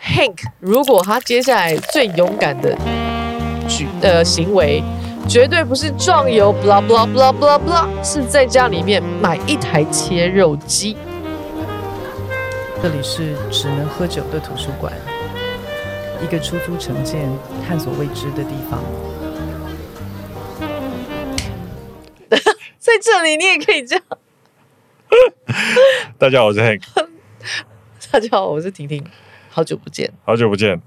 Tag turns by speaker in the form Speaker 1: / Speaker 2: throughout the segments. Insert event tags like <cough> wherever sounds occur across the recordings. Speaker 1: Hank 如果他接下来最勇敢的举呃行为，绝对不是壮游，blah blah blah blah blah，是在家里面买一台切肉机。
Speaker 2: 这里是只能喝酒的图书馆，一个出租城建探索未知的地方。
Speaker 1: <laughs> 在这里你也可以这样。
Speaker 3: 大家好，我是 Hank，
Speaker 1: 大家好，我是婷婷，好久不见。
Speaker 3: 好久不见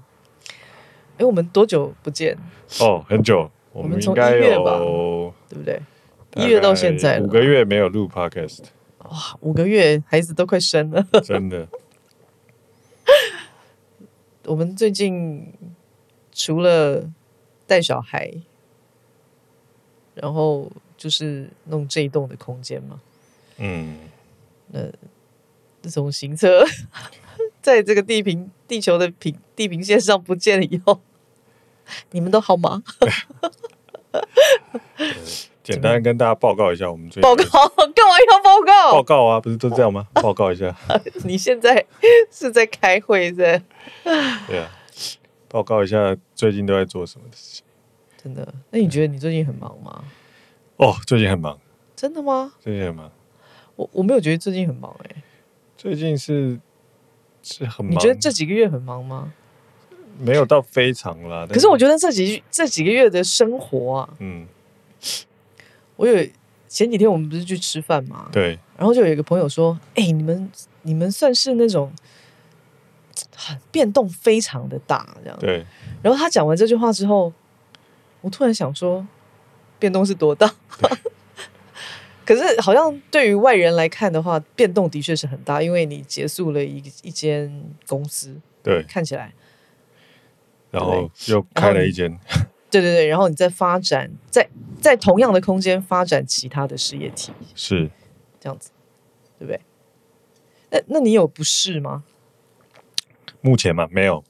Speaker 1: 哎、我们多久不见？
Speaker 3: 哦，很久，我
Speaker 1: 们
Speaker 3: 们应
Speaker 1: 从
Speaker 3: 该
Speaker 1: 一月吧
Speaker 3: 有
Speaker 1: 对不对？
Speaker 3: 大
Speaker 1: 一
Speaker 3: 概
Speaker 1: 月到现在了
Speaker 3: 五个月没有录 Podcast，
Speaker 1: 哇，五个月，孩子都快生了。 <laughs>
Speaker 3: 真的， <laughs>
Speaker 1: 我们最近除了带小孩，然后就是弄这一栋的空间嘛，
Speaker 3: 嗯，
Speaker 1: 自从行车 <laughs> 在这个地平地球的平地平线上不见了以后，你们都好吗？
Speaker 3: 简单跟大家报告一下我们最
Speaker 1: 报告干嘛要报
Speaker 3: 报
Speaker 1: 告？
Speaker 3: 告啊，不是都这样吗？报告一下， <laughs>
Speaker 1: 你现在是在开会在？
Speaker 3: 对啊，报告一下最近都在做什么的事情。
Speaker 1: 真的？那你觉得你最近很忙吗？
Speaker 3: 哦，最近很忙，
Speaker 1: 真的吗？
Speaker 3: 最近很忙，
Speaker 1: 我我没有觉得最近很忙哎、
Speaker 3: 最近是是很忙，
Speaker 1: 你觉得这几个月很忙吗？
Speaker 3: 没有到非常啦？
Speaker 1: 可是我觉得这几这几个月的生活啊，
Speaker 3: 得，嗯，
Speaker 1: 我有前几天我们不是去吃饭嘛，
Speaker 3: 对，
Speaker 1: 然后就有一个朋友说：“哎、你们你们算是那种很变动非常的大这样。”
Speaker 3: 对，
Speaker 1: 然后他讲完这句话之后，我突然想说，变动是多
Speaker 3: <laughs>
Speaker 1: 大？可是好像对于外人来看的话，变动的确是很大，因为你结束了一一间公司，
Speaker 3: 对，
Speaker 1: 看起来，
Speaker 3: 然后又开了一间，
Speaker 1: 对对对，然后你在发展，在在同样的空间发展其他的事业体，
Speaker 3: 是
Speaker 1: 这样子，对不对？那那你有不适吗？
Speaker 3: 目前嘛，没有，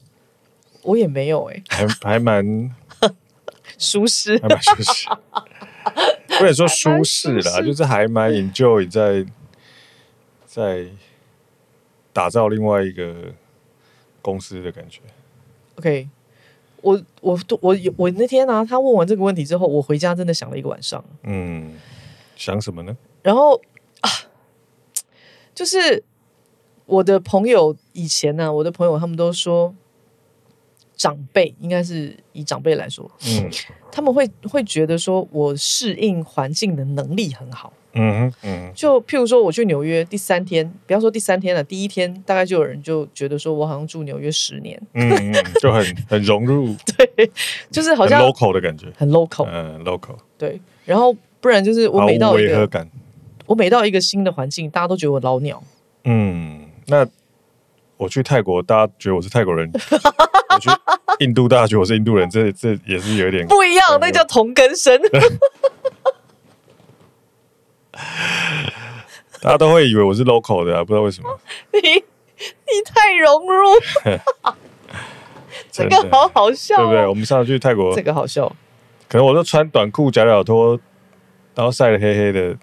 Speaker 1: 我也没有哎、
Speaker 3: 还还蛮
Speaker 1: 舒
Speaker 3: <laughs>
Speaker 1: <laughs> 适
Speaker 3: 还蛮舒适，不能说舒适
Speaker 1: 还蛮舒
Speaker 3: 啦，
Speaker 1: 适
Speaker 3: 就是还蛮 enjoy 在在打造另外一个公司的感觉。
Speaker 1: OK，我我我我那天呢、他问完这个问题之后，我回家真的想了一个晚上，
Speaker 3: 嗯，想什么呢？
Speaker 1: 然后啊，就是我的朋友以前呢、我的朋友他们都说，长辈应该是以长辈来说，
Speaker 3: 嗯
Speaker 1: 他们会会觉得说我适应环境的能力很好。
Speaker 3: 嗯哼嗯
Speaker 1: 就譬如说，我去纽约第三天，不要说第三天了，第一天大概就有人就觉得说我好像住纽约十年，
Speaker 3: 嗯嗯，嗯就很很融入，
Speaker 1: 就是 <laughs> 好
Speaker 3: 很
Speaker 1: 像
Speaker 3: local 的感觉。
Speaker 1: 很 local，、
Speaker 3: 嗯，local，
Speaker 1: 对。然后不然就是我
Speaker 3: 毫
Speaker 1: 每
Speaker 3: 无
Speaker 1: 到一
Speaker 3: 违和
Speaker 1: 个
Speaker 3: 感。
Speaker 1: 我每到一个新的环境，大家都觉得我老鸟，
Speaker 3: 嗯，那我去泰国，大家觉得我是
Speaker 1: <laughs>
Speaker 3: 泰国人；我去印度，大家觉得我是印度人。这这也是有一点
Speaker 1: 不一样，那叫同根
Speaker 3: <laughs>
Speaker 1: 生。
Speaker 3: 大家都会以为我是 local 的、啊，不知道为什么。
Speaker 1: 你你太融入，这
Speaker 3: <laughs> 真
Speaker 1: 个
Speaker 3: 的
Speaker 1: 好好笑、
Speaker 3: 对
Speaker 1: 哦，
Speaker 3: 不对？我们上次去泰国，
Speaker 1: 这个好笑，
Speaker 3: 可能我都穿短裤、假脚拖，然后晒得黑黑的，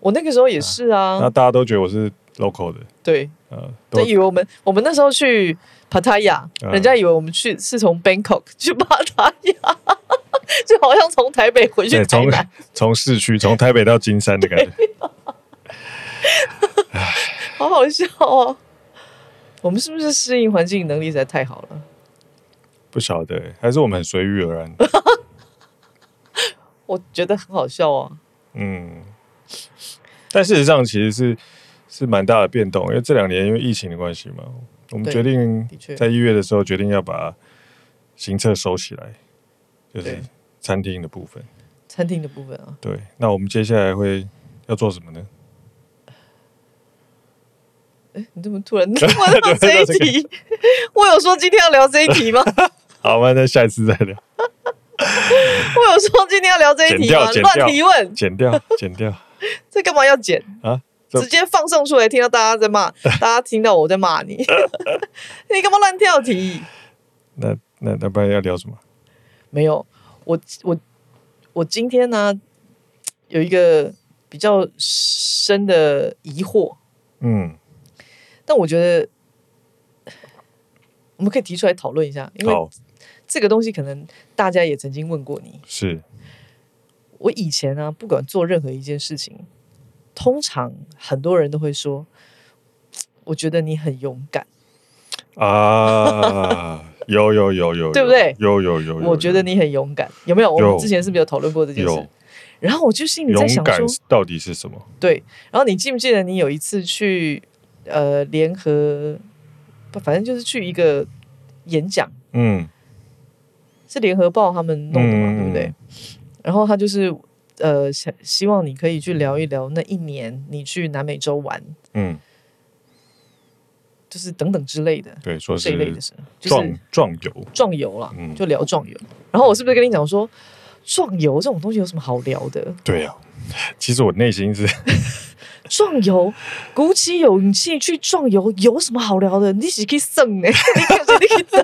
Speaker 1: 我那个时候也是啊，
Speaker 3: 那大家都觉得我是 local 的，
Speaker 1: 对，
Speaker 3: 呃，都
Speaker 1: 就以为我们我们那时候去帕塔亚，
Speaker 3: 嗯
Speaker 1: 人家以为我们去是从 Bangkok 去帕塔亚， <laughs> 就好像从台北回去
Speaker 3: 对
Speaker 1: 台
Speaker 3: 从
Speaker 1: 南，
Speaker 3: <laughs> 从市区从台北到金山的感觉，
Speaker 1: 好好笑哦。我们是不是适应环境能力实在太好了？
Speaker 3: <laughs> 不晓得还是我们很随遇
Speaker 1: <laughs>
Speaker 3: 而安。
Speaker 1: 我觉得很好笑啊。
Speaker 3: 嗯，但事实上其实是是蛮大的变动，因为这两年因为疫情的关系嘛，我们
Speaker 1: 对
Speaker 3: 决定
Speaker 1: 的确
Speaker 3: 在一月的时候决定要把行车收起来，就是
Speaker 1: 对
Speaker 3: 餐厅的部分。
Speaker 1: 餐厅的部分啊，
Speaker 3: 对，那我们接下来会要做什么呢？
Speaker 1: 诶你怎么突然问到这
Speaker 3: <laughs>
Speaker 1: 一题？我有说今天要聊这一题吗？ <laughs>
Speaker 3: 好，我们再下一次再聊，
Speaker 1: 我有说今天要聊这一题吗？
Speaker 3: 剪掉剪掉
Speaker 1: 乱提问，
Speaker 3: 剪掉， <laughs> 剪掉
Speaker 1: 这干嘛要剪？
Speaker 3: 啊！这
Speaker 1: 直接放送出来，听到大家在
Speaker 3: <laughs>
Speaker 1: 骂，大家听到我在骂你，你干嘛乱跳题？
Speaker 3: 那那那不然要聊什么？
Speaker 1: 没有，我我我今天呢、有一个比较深的疑惑，
Speaker 3: 嗯
Speaker 1: 但我觉得我们可以提出来讨论一下，因为
Speaker 3: 好，
Speaker 1: 这个东西可能大家也曾经问过你。
Speaker 3: 是
Speaker 1: 我以前啊，不管做任何一件事情，通常很多人都会说，我觉得你很勇敢，
Speaker 3: 啊， <laughs> 有有有有，
Speaker 1: 对不对
Speaker 3: 有有有，有
Speaker 1: 我觉得你很勇敢，有没有？我
Speaker 3: 有
Speaker 1: 们之前是不是有讨论过这件
Speaker 3: 有
Speaker 1: 事？然后我就心里在
Speaker 3: 勇
Speaker 1: 想
Speaker 3: 敢
Speaker 1: 说，
Speaker 3: 到底是什么？
Speaker 1: 对，然后你记不记得你有一次去呃联合，不反正就是去一个演讲，
Speaker 3: 嗯
Speaker 1: 是联合报他们弄的嘛，
Speaker 3: 嗯
Speaker 1: 对不对？然后他就是呃想希望你可以去聊一聊那一年你去南美洲玩，
Speaker 3: 嗯，就是
Speaker 1: 等等之类的
Speaker 3: 对，说
Speaker 1: 这一类的
Speaker 3: 是
Speaker 1: 事，就是
Speaker 3: 壮壮游，
Speaker 1: 壮游啦，
Speaker 3: 嗯
Speaker 1: 就聊壮游。然后我是不是跟你讲说，壮游这种东西有什么好聊的？
Speaker 3: 对呀。其实我内
Speaker 1: <laughs>
Speaker 3: 心是。
Speaker 1: 壮游，鼓起勇气去壮游，有什么好聊的？ <laughs> 你是去耍哎、你可是你去走，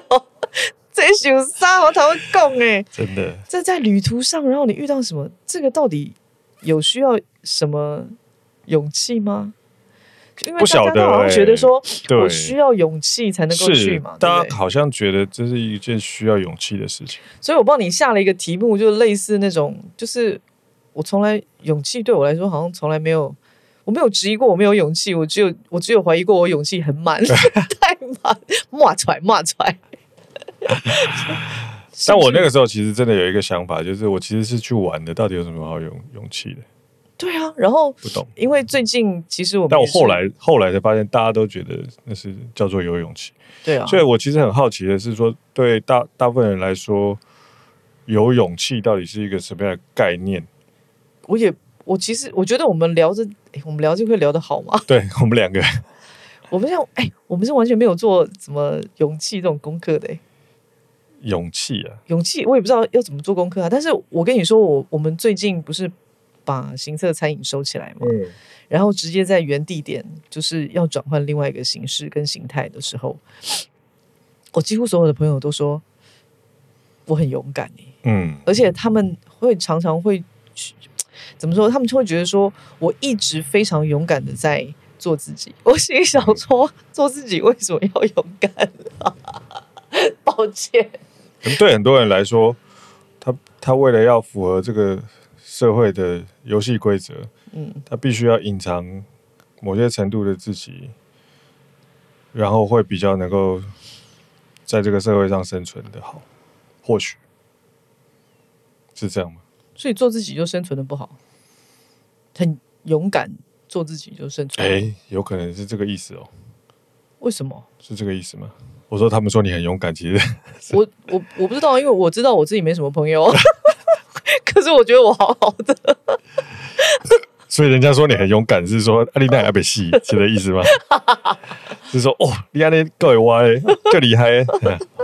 Speaker 1: 这想啥我才会讲哎
Speaker 3: 真的
Speaker 1: 这在旅途上，然后你遇到什么？这个到底有需要什么勇气吗？因为
Speaker 3: 不晓
Speaker 1: 大
Speaker 3: 得
Speaker 1: 家都好像
Speaker 3: 欸
Speaker 1: 觉得说，
Speaker 3: 对
Speaker 1: 我需要勇气才能够去
Speaker 3: 是
Speaker 1: 嘛，，对
Speaker 3: 大
Speaker 1: 不
Speaker 3: 家
Speaker 1: 对？
Speaker 3: 好像觉得这是一件需要勇气的事情。
Speaker 1: 所以我帮你下了一个题目，就类似那种，就是我从来勇气对我来说好像从来没有，我没有质疑过我没有勇气，我只有我只有怀疑过我勇气很
Speaker 3: <laughs>
Speaker 1: 满，太满，骂出来骂出来。
Speaker 3: 但我那
Speaker 1: 个
Speaker 3: 个时候其实真的有一个想法，就是我其实是去玩的，到底有什么好勇勇气的？
Speaker 1: 对啊，然后
Speaker 3: 不懂。
Speaker 1: 因为最近其实我们
Speaker 3: 但我
Speaker 1: 也是
Speaker 3: 后来后来才发现，大家都觉得那是叫做有勇气。
Speaker 1: 对啊，
Speaker 3: 所以我其实很好奇的是说，对大大部分人来说，有勇气到底是一个什么样的概念？
Speaker 1: 我也我其实我觉得我们聊这，诶我们聊这会聊得好吗？
Speaker 3: 对我们两个，
Speaker 1: 我们像哎、我们是完全没有做什么勇气这种功课的、诶哎
Speaker 3: 勇气啊，
Speaker 1: 勇气，我也不知道要怎么做功课啊。但是我跟你说，我我们最近不是把行色餐饮收起来嘛，
Speaker 3: 嗯，
Speaker 1: 然后直接在原地点就是要转换另外一个形式跟形态的时候，我几乎所有的朋友都说我很勇敢、欸、
Speaker 3: 嗯，
Speaker 1: 而且他们会常常会去怎么说？他们就会觉得说我一直非常勇敢的在做自己。我心里想说，做自己为什么要勇敢、啊 <laughs> 抱歉。
Speaker 3: 对很多人来说，他他为了要符合这个社会的游戏规则，
Speaker 1: 嗯，
Speaker 3: 他必须要隐藏某些程度的自己，然后会比较能够在这个社会上生存的好，或许是这样吗？
Speaker 1: 所以做自己就生存的不好，很勇敢做自己就生存。
Speaker 3: 哎、有可能是这个意思哦，
Speaker 1: 为什么？
Speaker 3: 是这个意思吗？我说他们说你很勇敢，其实
Speaker 1: 我我我不知道，因为我知道我自己没什么朋友， <laughs> 可是我觉得我好好的。
Speaker 3: 所以人家说你很勇敢，是说阿丽娜阿北戏，是这个意
Speaker 1: <laughs>
Speaker 3: 思吗？是说哦，你阿丽够歪，够厉害。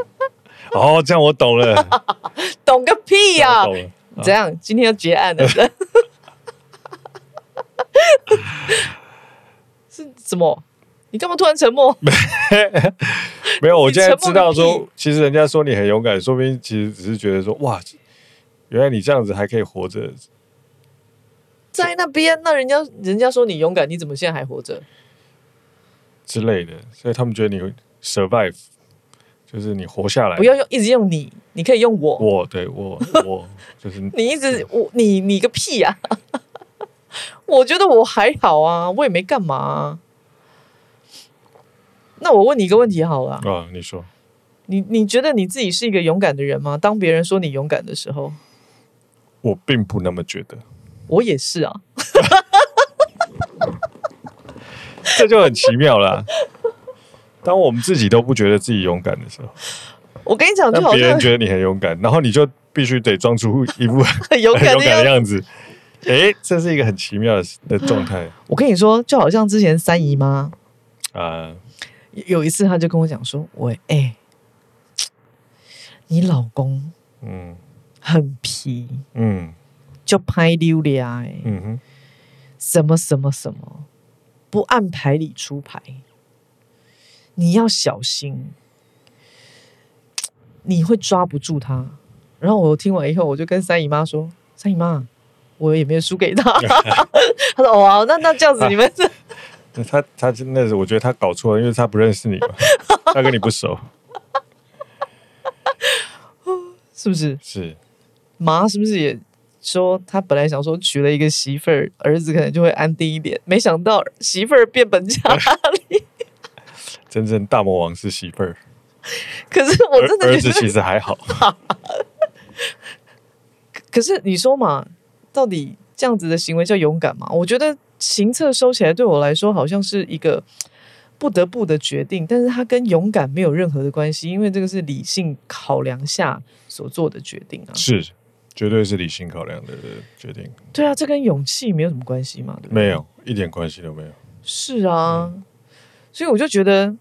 Speaker 3: <laughs> 哦，这样我懂了，
Speaker 1: 懂个屁哎呀、
Speaker 3: 我懂了。
Speaker 1: 怎样？今天要结案了？ <laughs> 是怎么？你干嘛突然沉默？
Speaker 3: 没有，我现在知道
Speaker 1: 你沉默个
Speaker 3: 说，其实人家说你很勇敢，说不定其实只是觉得说，哇，原来你这样子还可以活着。
Speaker 1: 在那边，那人家人家说你勇敢，你怎么现在还活着？
Speaker 3: 之类的，所以他们觉得你会 survive，就是你活下来。
Speaker 1: 不要用一直用你，你可以用我。
Speaker 3: 我，对我，我就是
Speaker 1: 你一直我你你个屁呀、啊！ <laughs> 我觉得我还好啊，我也没干嘛啊、那我问你一个问题好了啊，
Speaker 3: 啊，你说
Speaker 1: 你你觉得你自己是一个勇敢的人吗？当别人说你勇敢的时候，
Speaker 3: 我并不那么觉得，
Speaker 1: 我也是啊。
Speaker 3: 这就很奇妙啦。当我们自己都不觉得自己勇敢的时候，
Speaker 1: 我跟你讲，就
Speaker 3: 但
Speaker 1: 好
Speaker 3: 别人
Speaker 1: 像
Speaker 3: 觉得你很勇敢，然后你就必须得装出一副 <laughs>
Speaker 1: <laughs> 很勇
Speaker 3: 很
Speaker 1: 敢
Speaker 3: 勇
Speaker 1: 的样
Speaker 3: 敢的
Speaker 1: 子。
Speaker 3: 样子。诶，这是一个很奇妙的的状态
Speaker 1: 我跟你说，就好像之前三姨妈
Speaker 3: 啊！
Speaker 1: 有有一次，她就跟我讲说：“我哎、你老公
Speaker 3: 嗯
Speaker 1: 很皮，
Speaker 3: 嗯
Speaker 1: 就拍溜了哎、
Speaker 3: 嗯哼，
Speaker 1: 什么什么什么，不按牌理出牌，你要小心，你会抓不住他。然后我听完以后，我就跟三姨妈说：“三姨妈，我也没有输给
Speaker 3: <laughs>
Speaker 1: 他。” <laughs> 她说：“哦、啊，那那这样子，你们
Speaker 3: 那他他真的是，我觉得他搞错了，因为他不认识你嘛，他跟你不熟。
Speaker 1: 是不是？
Speaker 3: 是
Speaker 1: 妈是不是也说她本来想说娶了一个媳妇儿，儿子可能就会安定一点，没想到媳妇儿变
Speaker 3: <laughs>
Speaker 1: 本加厉。
Speaker 3: 真正大魔王是媳妇儿，
Speaker 1: 可是我真
Speaker 3: 儿
Speaker 1: 的
Speaker 3: 儿
Speaker 1: 觉
Speaker 3: 子
Speaker 1: 得，
Speaker 3: 其实还好。
Speaker 1: 可是你说嘛，到底这样子的行为叫勇敢吗？我觉得行册收起来对我来说好像是一个。不得不的决定，但是它跟勇敢没有任何的关系，因为这个是理性考量下所做的决定啊。
Speaker 3: 是，绝对是理性考量的呃决定，
Speaker 1: 对啊，这跟勇气没有什么关系嘛，对不对
Speaker 3: 没有嗯一点关系都没有。
Speaker 1: 是啊，所以我就觉得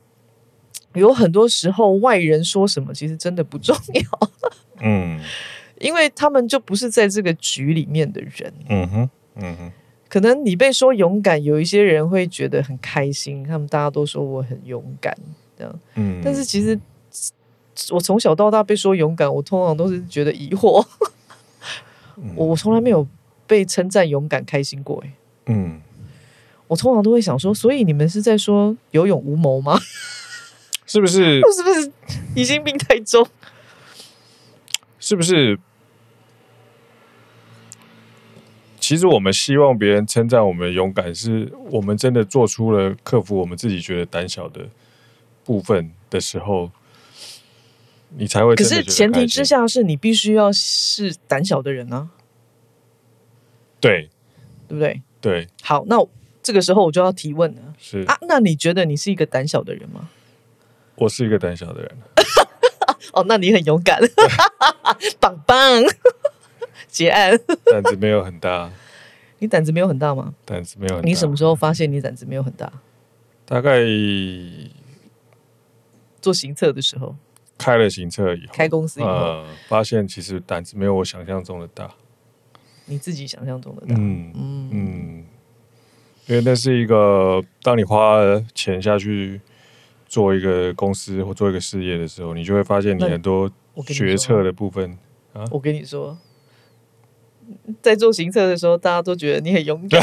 Speaker 1: 有很多时候外人说什么其实真的不重要， <laughs>
Speaker 3: 嗯
Speaker 1: 因为他们就不是在这个局里面的人。
Speaker 3: 嗯哼嗯哼，
Speaker 1: 可能你被说勇敢，有一些人会觉得很开心，他们大家都说我很勇敢，
Speaker 3: 嗯，
Speaker 1: 但是其实我从小到大被说勇敢，我通常都是觉得疑惑， <laughs> 我我从来没有被称赞勇敢开心过、欸，
Speaker 3: 嗯，
Speaker 1: 我通常都会想说，所以你们是在说有勇无谋
Speaker 3: <laughs>
Speaker 1: 吗？
Speaker 3: 是不
Speaker 1: 是
Speaker 3: 是
Speaker 1: 不是疑心病太
Speaker 3: <laughs>
Speaker 1: 重？
Speaker 3: 是不是？其实我们希望别人称赞我们勇敢，是我们真的做出了克服我们自己觉得胆小的部分的时候，你才会
Speaker 1: 可
Speaker 3: 真的觉
Speaker 1: 是
Speaker 3: 得
Speaker 1: 前提
Speaker 3: 开心
Speaker 1: 之，下是你必须要是胆小的人啊，
Speaker 3: 对
Speaker 1: 对不对？
Speaker 3: 对
Speaker 1: 好，那我这个时候我就要提问了
Speaker 3: 是、
Speaker 1: 啊，那你觉得你是一个胆小的人吗？
Speaker 3: 我是一个胆小的人，
Speaker 1: 哦，那你很勇
Speaker 3: <laughs>
Speaker 1: 敢，棒棒，结案。
Speaker 3: 胆子没有很大，
Speaker 1: 你胆子没有很大吗？
Speaker 3: 胆子没有很大。
Speaker 1: 你什么时候发现你胆子没有很大？
Speaker 3: 大概
Speaker 1: 做行测的时候，
Speaker 3: 开了行车以后，
Speaker 1: 开公司以后，
Speaker 3: 哦呃，发现其实胆子没有我想象中的大。
Speaker 1: 你自己想象中的大，
Speaker 3: 嗯嗯，因为那是一个，当你花钱下去做一个公司或做一个事业的时候，你就会发现你
Speaker 1: 那
Speaker 3: 很多
Speaker 1: 我跟你说啊
Speaker 3: 决策的部分，
Speaker 1: 我跟你说，在做行测的时候，大家都觉得你很勇敢。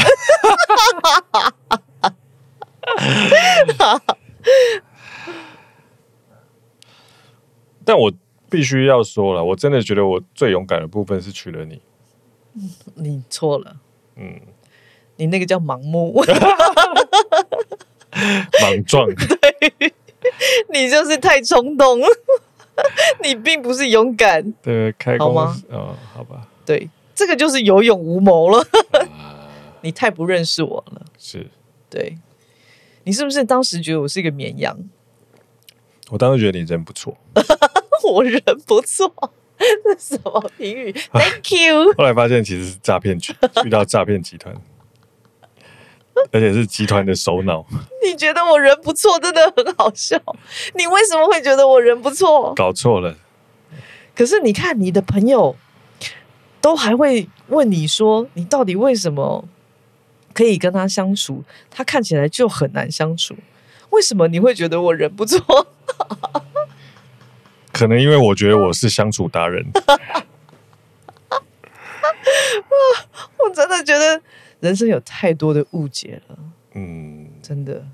Speaker 3: 但我必须要说了，我真的觉得我最勇敢的部分是娶了你。
Speaker 1: <laughs> 你错了，
Speaker 3: 嗯，
Speaker 1: 你那个叫盲
Speaker 3: <laughs>
Speaker 1: 目，
Speaker 3: 莽撞，
Speaker 1: 你就是太冲动， <laughs> 你并不是勇敢。
Speaker 3: 对，开
Speaker 1: 好
Speaker 3: 公
Speaker 1: 吗
Speaker 3: 司，哦，好吧，
Speaker 1: 对，这个就是有勇无谋了。
Speaker 3: 啊
Speaker 1: <laughs> 你太不认识我了。
Speaker 3: 是
Speaker 1: 对，你是不是当时觉得我是一个绵羊？ <laughs>
Speaker 3: 我当时觉得你人不错，
Speaker 1: 我人不错， <laughs> 这是什么评语？Thank you。 <laughs>
Speaker 3: 后来发现其实是诈骗局，遇到诈骗集团，而且是集团的首脑
Speaker 1: 你觉得我人不错，真的很好笑。你为什么会觉得我人不错？
Speaker 3: 搞错了，
Speaker 1: 可是你看，你的朋友都还会问你说，你到底为什么可以跟他相处？他看起来就很难相处，为什么你会觉得我人不错？ <laughs>
Speaker 3: 可能因为我觉得我是相处达人。
Speaker 1: 我真的觉得人生有太多的误解了，
Speaker 3: 嗯，
Speaker 1: 真的。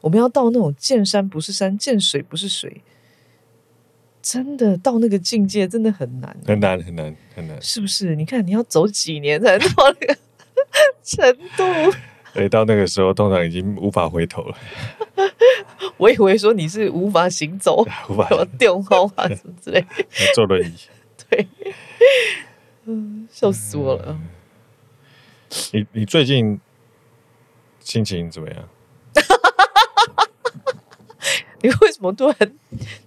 Speaker 1: 我们要到那种见山不是山，见水不是水，真的到那个境界真的很难、
Speaker 3: 很难很难很难。
Speaker 1: 是不是？你看你要走几年才能到那个 <laughs> 程度？
Speaker 3: 哎，到那个时候，通常已经无法回头了， <laughs>
Speaker 1: 我以为说你是无法行
Speaker 3: <laughs>
Speaker 1: 走，
Speaker 3: 无法
Speaker 1: 什么电话啊什么之类，
Speaker 3: 坐轮椅。
Speaker 1: 对，嗯，笑死我了。
Speaker 3: 你你最近心情怎么样？
Speaker 1: 你为什么突然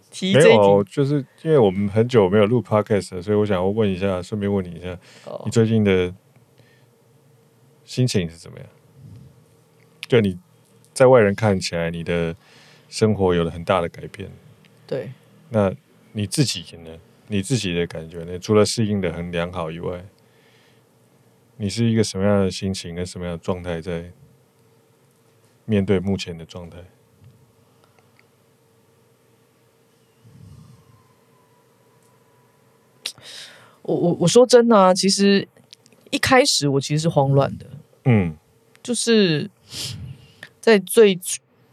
Speaker 1: 提
Speaker 3: 没
Speaker 1: 这一
Speaker 3: 有，
Speaker 1: 题？
Speaker 3: 就是因为我们很久没有录 podcast，了所以我想要问一下，顺便问你一下，
Speaker 1: 哦
Speaker 3: 你最近的心情是怎么样？就你在外人看起来，你的生活有了很大的改变，
Speaker 1: 对，
Speaker 3: 那你自己呢？你自己的感觉呢？除了适应的很良好以外，你是一个什么样的心情跟什么样的状态在面对目前的状态？
Speaker 1: 我我我说真的啊，其实一开始我其实是慌乱的，
Speaker 3: 嗯
Speaker 1: 就是在最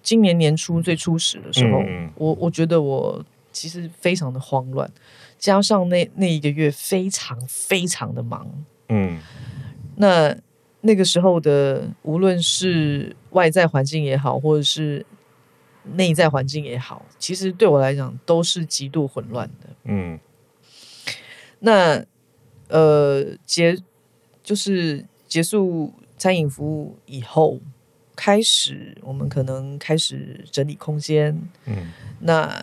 Speaker 1: 今年年初最初始的时候，
Speaker 3: 嗯嗯
Speaker 1: 我我觉得我其实非常的慌乱，加上那那一个月非常非常的忙，
Speaker 3: 嗯，
Speaker 1: 那那个时候的无论是外在环境也好，或者是内在环境也好，其实对我来讲都是极度混乱的。
Speaker 3: 嗯，
Speaker 1: 那呃结就是结束餐饮服务以后，开始我们可能开始整理空间，
Speaker 3: 嗯，
Speaker 1: 那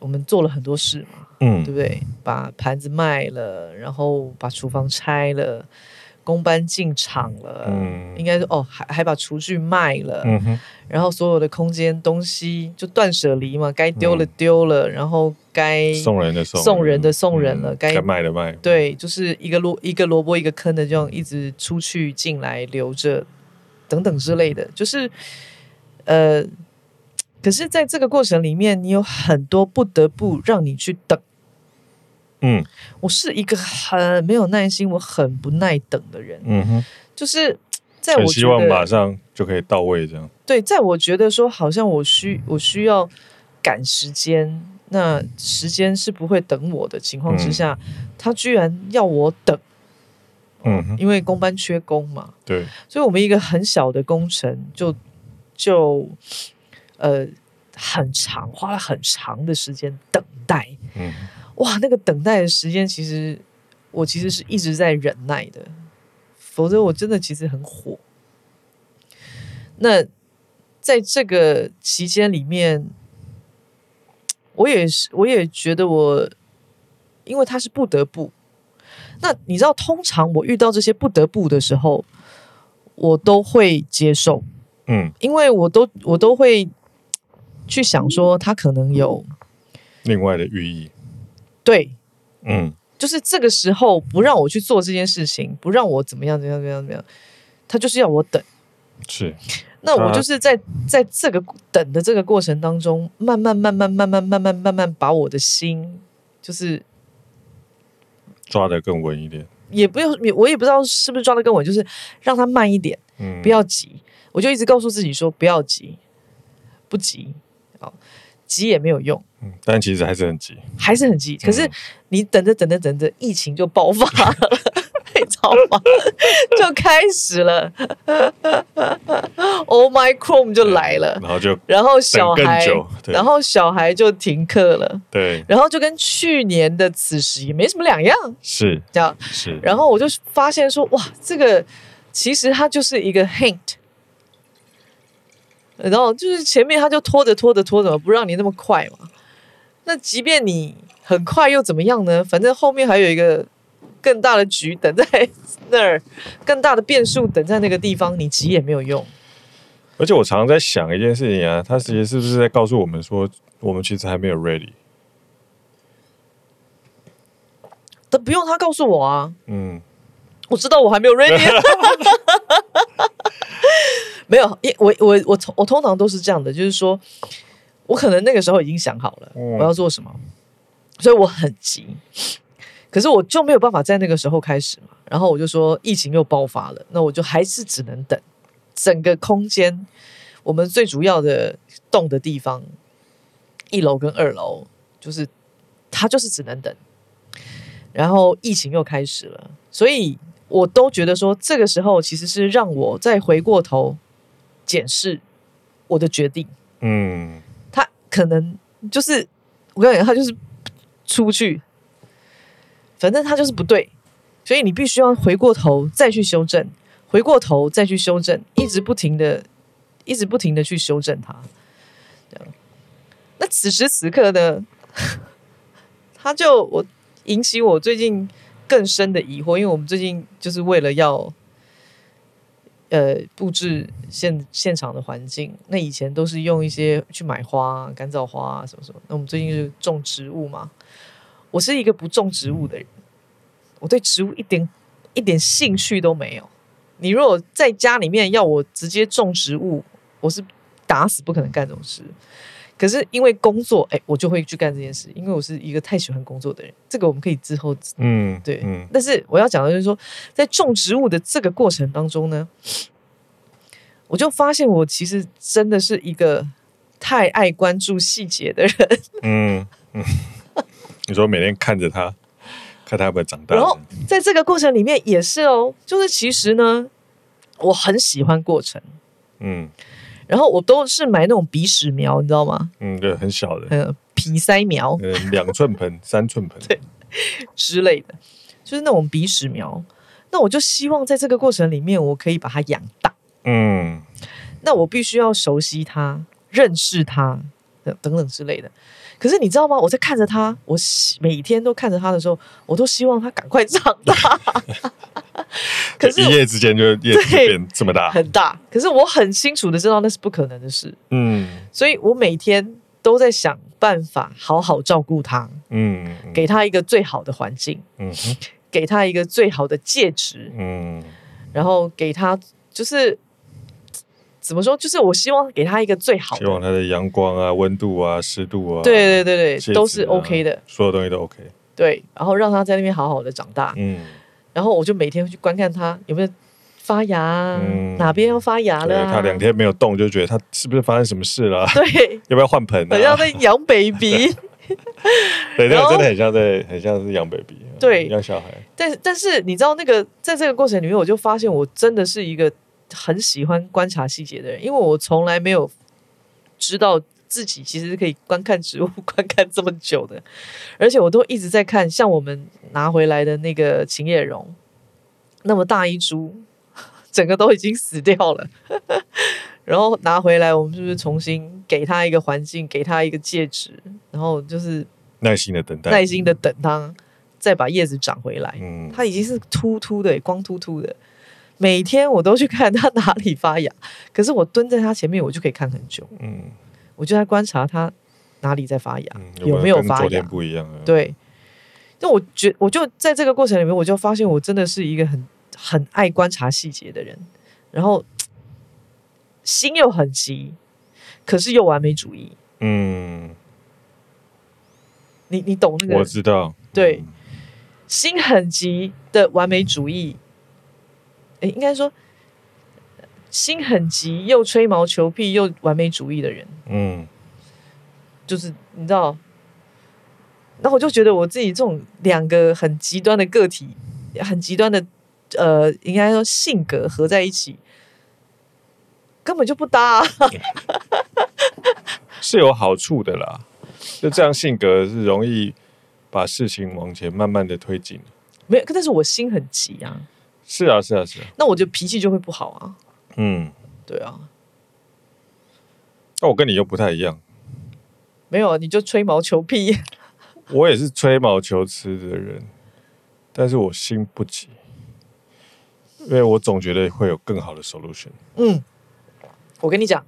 Speaker 1: 我们做了很多事嘛，对
Speaker 3: 嗯，
Speaker 1: 不对？把盘子卖了，然后把厨房拆了，公班进场了，
Speaker 3: 嗯
Speaker 1: 应该是哦，还还把厨具卖了，
Speaker 3: 嗯哼，
Speaker 1: 然后所有的空间东西就断舍离嘛，该丢了
Speaker 3: 嗯
Speaker 1: 丢了，然后该
Speaker 3: 送人的送，
Speaker 1: 哎送人的送人了
Speaker 3: 嗯
Speaker 1: 该
Speaker 3: 该卖的卖，，
Speaker 1: 对，就是一个萝一个萝卜一个坑的这样一直出去进来留着，等等之类的，就是呃，可是在这个过程里面，你有很多不得不让你去等。
Speaker 3: 嗯
Speaker 1: 我是一个很没有耐心，我很不耐等的人，
Speaker 3: 嗯哼，
Speaker 1: 就是在我
Speaker 3: 很希望
Speaker 1: 觉得
Speaker 3: 马上就可以到位这样，
Speaker 1: 对，在我觉得说好像我需我需要赶时间，那时间是不会等我的情况之
Speaker 3: 嗯
Speaker 1: 下，他居然要我等，
Speaker 3: 嗯哼，
Speaker 1: 因为公班缺工嘛，
Speaker 3: 对，
Speaker 1: 所以我们一个很小的工程就就呃很长，花了很长的时间等待。
Speaker 3: 嗯
Speaker 1: 哇，那个等待的时间，其实我其实是一直在忍耐的，否则我真的其实很火。那在这个期间里面，我也是，我也觉得我，因为他是不得不。那你知道，通常我遇到这些不得不的时候，我都会接受，
Speaker 3: 嗯，
Speaker 1: 因为我都我都会去想说，他可能有
Speaker 3: 另外的寓意，
Speaker 1: 对
Speaker 3: 嗯
Speaker 1: 就是这个时候不让我去做这件事情，不让我怎么样怎么样怎么样怎么样，他就是要我等。
Speaker 3: 是，
Speaker 1: 那我
Speaker 3: 啊
Speaker 1: 就是在在这个等的这个过程当中，慢慢慢慢慢慢慢慢慢慢把我的心，就是
Speaker 3: 抓得更稳一点，
Speaker 1: 也不用，也我也不知道是不是抓得更稳，就是让它慢一点，
Speaker 3: 嗯，
Speaker 1: 不要急。我就一直告诉自己说，不要急，不急，哦，急也没有用，
Speaker 3: 嗯，但其实还是很急，
Speaker 1: 还是很急。可是
Speaker 3: 嗯
Speaker 1: 你等着等着等着，疫情就爆发
Speaker 3: <laughs>
Speaker 1: 了，你知道吗？ <laughs> 就开始了 <laughs> ，Omicron 就来了，
Speaker 3: 然后就
Speaker 1: 然后小
Speaker 3: 等更
Speaker 1: 孩
Speaker 3: 久，对
Speaker 1: 然后小孩就停课了，
Speaker 3: 对，
Speaker 1: 然后就跟去年的此时也没什么两样，
Speaker 3: 是
Speaker 1: 这样。
Speaker 3: 是，
Speaker 1: 然后我就发现说，哇，这个其实它就是一个 hint。然后就是前面他就拖着拖着拖着，不让你那么快嘛。那即便你很快又怎么样呢？反正后面还有一个更大的局等在那儿，更大的变数等在那个地方，你急也没有用。
Speaker 3: 而且我常常在想一件事情啊，他其实是不是在告诉我们说，我们其实还没有 ready？
Speaker 1: 但不用他告诉我啊，
Speaker 3: 嗯
Speaker 1: 我知道我还没有 ready。没有，因我我我通我通常都是这样的，就是说我可能那个时候已经想好了
Speaker 3: 嗯
Speaker 1: 我要做什么，所以我很急，可是我就没有办法在那个时候开始嘛。然后我就说疫情又爆发了，那我就还是只能等。整个空间，我们最主要的动的地方，一楼跟二楼，就是它就是只能等。然后疫情又开始了，所以我都觉得说，这个时候其实是让我再回过头检视我的决定。
Speaker 3: 嗯，
Speaker 1: 他可能就是我跟你讲，他就是出去，反正他就是不对，所以你必须要回过头再去修正，回过头再去修正，一直不停的，一直不停的去修正它。这样那此时此刻呢， <laughs> 他就我引起我最近更深的疑惑，因为我们最近就是为了要。呃布置现现场的环境。那以前都是用一些去买花、啊、干燥花啊什么什么。那我们最近就是种植物嘛。我是一个不种植物的人，我对植物一点一点兴趣都没有。你如果在家里面要我直接种植物，我是打死不可能干这种事。可是因为工作，哎、我就会去干这件事，因为我是一个太喜欢工作的人。这个我们可以之后
Speaker 3: 嗯，
Speaker 1: 对，
Speaker 3: 嗯
Speaker 1: 但是我要讲的就是说，在种植物的这个过程当中呢，我就发现我其实真的是一个太爱关注细节的人， <laughs>
Speaker 3: 嗯， <laughs> 你说每天看着他，看他有没有长大
Speaker 1: 然，后在这个过程里面也是哦，就是其实呢，我很喜欢过程，
Speaker 3: 嗯
Speaker 1: 然后我都是买那种鼻屎苗，你知道吗？
Speaker 3: 嗯，对，很小的，
Speaker 1: 呃，皮塞苗
Speaker 3: 嗯，两寸
Speaker 1: <laughs>
Speaker 3: 盆、三寸盆，
Speaker 1: 之类的，就是那种鼻屎苗。那我就希望在这个过程里面，我可以把它养大。
Speaker 3: 嗯
Speaker 1: 那我必须要熟悉它、认识它，呃等等之类的。可是你知道吗？我在看着它，我希每天都看着它的时候，我都希望它赶快长大。 <laughs> 可是
Speaker 3: 一夜之间就叶子就
Speaker 1: 对
Speaker 3: 变这么大，
Speaker 1: 很大，可是我很清楚的知道那是不可能的事，
Speaker 3: 嗯
Speaker 1: 所以我每天都在想办法好好照顾它，
Speaker 3: 嗯，嗯
Speaker 1: 给它一个最好的环境，
Speaker 3: 嗯
Speaker 1: 给它一个最好的介质，
Speaker 3: 嗯
Speaker 1: 然后给它就是怎么说，就是我希望给它一个最好
Speaker 3: 希
Speaker 1: 的，
Speaker 3: 望它的阳光啊、温度啊、湿度啊，
Speaker 1: 对对对
Speaker 3: 戒指
Speaker 1: 对，
Speaker 3: 啊
Speaker 1: 都是 OK 的。
Speaker 3: 所有东西都 OK，
Speaker 1: 对，然后让他在那边好好的长大，
Speaker 3: 嗯，
Speaker 1: 然后我就每天会去观看他有没有发芽啊，
Speaker 3: 嗯
Speaker 1: 哪边要发芽
Speaker 3: 对
Speaker 1: 了、啊。
Speaker 3: 它两天没有动，就觉得它是不是发生什么
Speaker 1: <laughs>
Speaker 3: 事了啊？ <laughs>
Speaker 1: 对，
Speaker 3: 要不要换盆
Speaker 1: 很像
Speaker 3: 啊？
Speaker 1: 在养
Speaker 3: <laughs>
Speaker 1: baby， <laughs>
Speaker 3: 对，那
Speaker 1: 然
Speaker 3: 个
Speaker 1: 后
Speaker 3: 真的很像在，很像是养 baby，
Speaker 1: 对
Speaker 3: 养小孩，
Speaker 1: 但但是你知道那个在这个过程里面，我就发现我真的是一个很喜欢观察细节的人，因为我从来没有知道自己其实是可以观看植物观看这么久的， <laughs> 而且我都一直在看，像我们拿回来的那个琴叶榕，那么大一株， <laughs> 整个都已经死掉了， <laughs> 然后拿回来，我们是不是重新给它一个环境，给它一个介质，然后就是
Speaker 3: 耐心的等待
Speaker 1: 耐，心的等它再把叶子长回来。
Speaker 3: 嗯，
Speaker 1: 它已经是秃秃的，光秃秃的。每天我都去看它哪里发芽， <laughs> 可是我蹲在它前面，我就可以看很久，
Speaker 3: 嗯
Speaker 1: 我就在观察它哪里在发芽，
Speaker 3: 嗯，
Speaker 1: 有没有
Speaker 3: 跟
Speaker 1: 发
Speaker 3: 昨
Speaker 1: 芽
Speaker 3: 天。不一样啊？
Speaker 1: 对，那我觉我就在这个过程里面，我就发现我真的是一个很很爱观察细节的人，然后心又很急，可是又完美主义。
Speaker 3: 嗯，
Speaker 1: 你你懂那
Speaker 3: 我
Speaker 1: 个
Speaker 3: 知道，
Speaker 1: 对心很急的完美主义，诶，应该说心很急又吹毛求疵又完美主义的人，
Speaker 3: 嗯，
Speaker 1: 就是你知道。然后我就觉得我自己这种两个很极端的个体，很极端的呃，应该说性格合在一起，根本就不搭、啊。 <laughs>
Speaker 3: 嗯，是有好处的啦。就这样性格是容易把事情往前慢慢的推进。
Speaker 1: 没有，但是我心很急啊，
Speaker 3: 是啊，是啊，是啊，
Speaker 1: 那我就脾气就会不好啊。
Speaker 3: 嗯，
Speaker 1: 对啊，
Speaker 3: 那我跟你又不太一样，
Speaker 1: 没有啊，你就吹毛求疵。
Speaker 3: 我也是吹毛求疵的人，但是我心不急，因为我总觉得会有更好的 solution。
Speaker 1: 嗯，我跟你讲，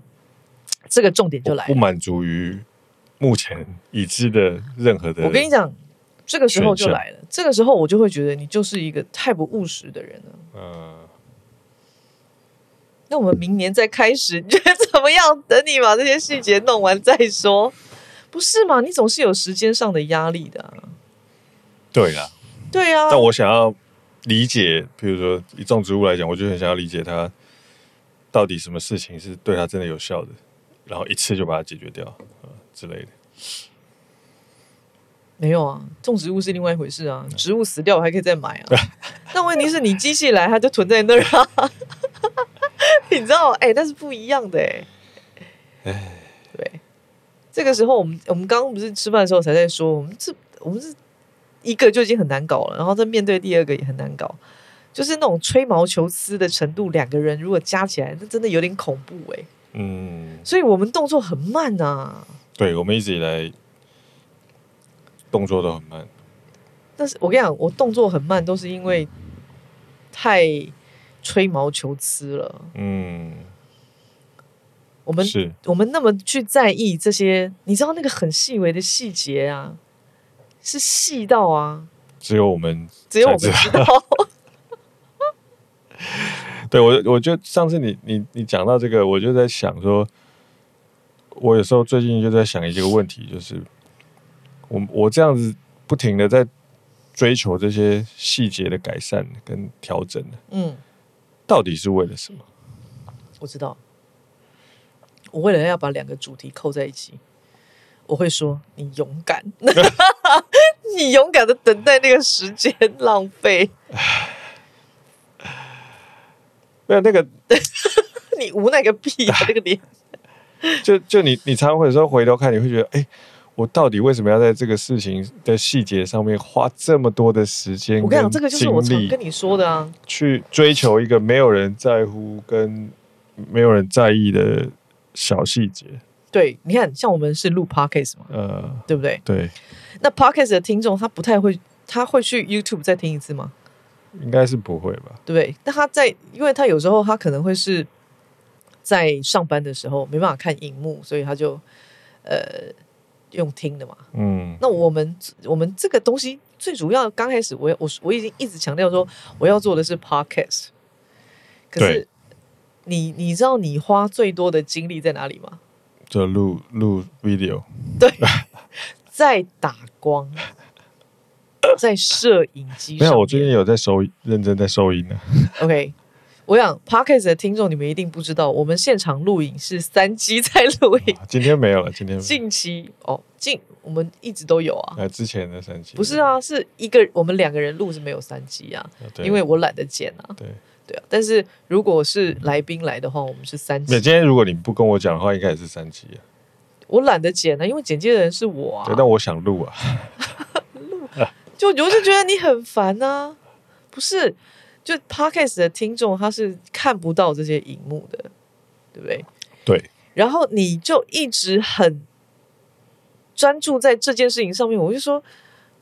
Speaker 1: 这个重点就
Speaker 3: 我
Speaker 1: 来了
Speaker 3: 不。满足于目前已知的任何的，
Speaker 1: 我跟你讲，这个时候就
Speaker 3: 选项
Speaker 1: 来了。这个时候我就会觉得你就是一个太不务实的人了。
Speaker 3: 呃，
Speaker 1: 那我们明年再开始，你觉得怎么样？等你把这些细节弄完再说，不是嘛？你总是有时间上的压力的啊、
Speaker 3: 对啦，
Speaker 1: 对啊，
Speaker 3: 但我想要理解，比如说以种植物来讲，我就很想要理解它到底什么事情是对它真的有效的，然后一次就把它解决掉啊、呃之类的。
Speaker 1: 没有啊，种植物是另外一回事啊。植物死掉我还可以再买啊，但问题是你机器来，它就囤在那儿啊。 <laughs> 你知道，哎、但是不一样的哎、对，这个时候我们我们刚刚不是吃饭的时候才在说，我们这我们是一个就已经很难搞了，然后再面对第二个也很难搞，就是那种吹毛求疵的程度，两个人如果加起来，那真的有点恐怖哎、
Speaker 3: 嗯，
Speaker 1: 所以我们动作很慢啊呐、
Speaker 3: 对，我们一直以来动作都很慢，
Speaker 1: 但是我跟你讲，我动作很慢，都是因为太吹毛求疵了。
Speaker 3: 嗯，
Speaker 1: 我们
Speaker 3: 是，
Speaker 1: 我们那么去在意这些，你知道那个很细微的细节啊，是细到啊，
Speaker 3: 只有我们
Speaker 1: 只有我们
Speaker 3: 才
Speaker 1: 知道。 <laughs>
Speaker 3: 对我，我就上次你你你讲到这个，我就在想说，我有时候最近就在想一个问题，就是我我这样子不停的在追求这些细节的改善跟调整，
Speaker 1: 嗯，
Speaker 3: 到底是为了什么？
Speaker 1: 我知道。我为了要把两个主题扣在一起，我会说你勇 <laughs> 敢，你勇敢的等待那个时间浪费， <laughs>
Speaker 3: 没有那个，
Speaker 1: 你无奈个屁啊！那个 <laughs> 脸，
Speaker 3: 就就你你常常会有时候回头看，你会觉得，哎，我到底为什么要在这个事情的细节上面花这么多的时间？
Speaker 1: 我跟你讲，这个就是我常跟你说的啊。
Speaker 3: 去追求一个没有人在乎跟没有人在意的小细节。
Speaker 1: 对，你看，像我们是录 podcast 嘛，
Speaker 3: 呃，
Speaker 1: 对不对？
Speaker 3: 对，
Speaker 1: 那 podcast 的听众他不太会，他会去 YouTube 再听一次吗？
Speaker 3: 应该是不会吧？
Speaker 1: 对不对？但他在，因为他有时候他可能会是在上班的时候没办法看荧幕，所以他就呃用听的嘛。
Speaker 3: 嗯，
Speaker 1: 那我们我们这个东西最主要刚开始我，我我我已经一直强调说我要做的是 podcast，可是
Speaker 3: 对
Speaker 1: 你你知道你花最多的精力在哪里吗？
Speaker 3: 就录录 video，
Speaker 1: <laughs>
Speaker 3: <laughs>
Speaker 1: 在打光，在摄影机
Speaker 3: 没
Speaker 1: 上面。
Speaker 3: 有，我最近有在收认真在收音啊
Speaker 1: <laughs>
Speaker 3: 呢、
Speaker 1: OK，我想 podcast 的听众你们一定不知道，我们现场录影是三机在录影。
Speaker 3: <laughs> 啊。今天没有了，今天没有。
Speaker 1: 近期哦，近我们一直都有啊，
Speaker 3: 呃，之前的三期
Speaker 1: 不是，啊，是一个我们两个人录是没有三机啊，
Speaker 3: 对
Speaker 1: 因为我懒得剪啊。
Speaker 3: 对，
Speaker 1: 对啊，但是如果是来宾来的话，我们是三
Speaker 3: 那
Speaker 1: 集，
Speaker 3: 今天如果你不跟我讲的话，应该也是三期啊。
Speaker 1: 我懒得剪了、啊因为剪接的人是我啊
Speaker 3: 对，，但我想录啊。
Speaker 1: 就我就觉得你很烦呐、不是？就 podcast 的听众他是看不到这些荧幕的，对不对？
Speaker 3: 对，
Speaker 1: 然后你就一直很专注在这件事情上面，我就说。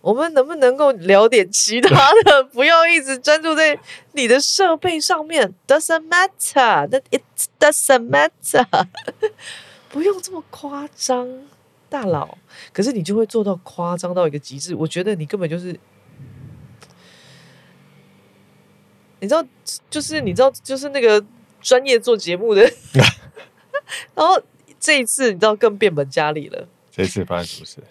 Speaker 1: 我们能不能够聊点其他的？不要一直专注在你的设备上面。Doesn't matter, that it doesn't matter 。 <laughs> 不用这么夸张，大佬。可是你就会做到夸张到一个极致。我觉得你根本就是，你知道，就是你知道，就是那个专业做节目的。然后这一次，你知道更变本加厉了，
Speaker 3: 这次发生什么事？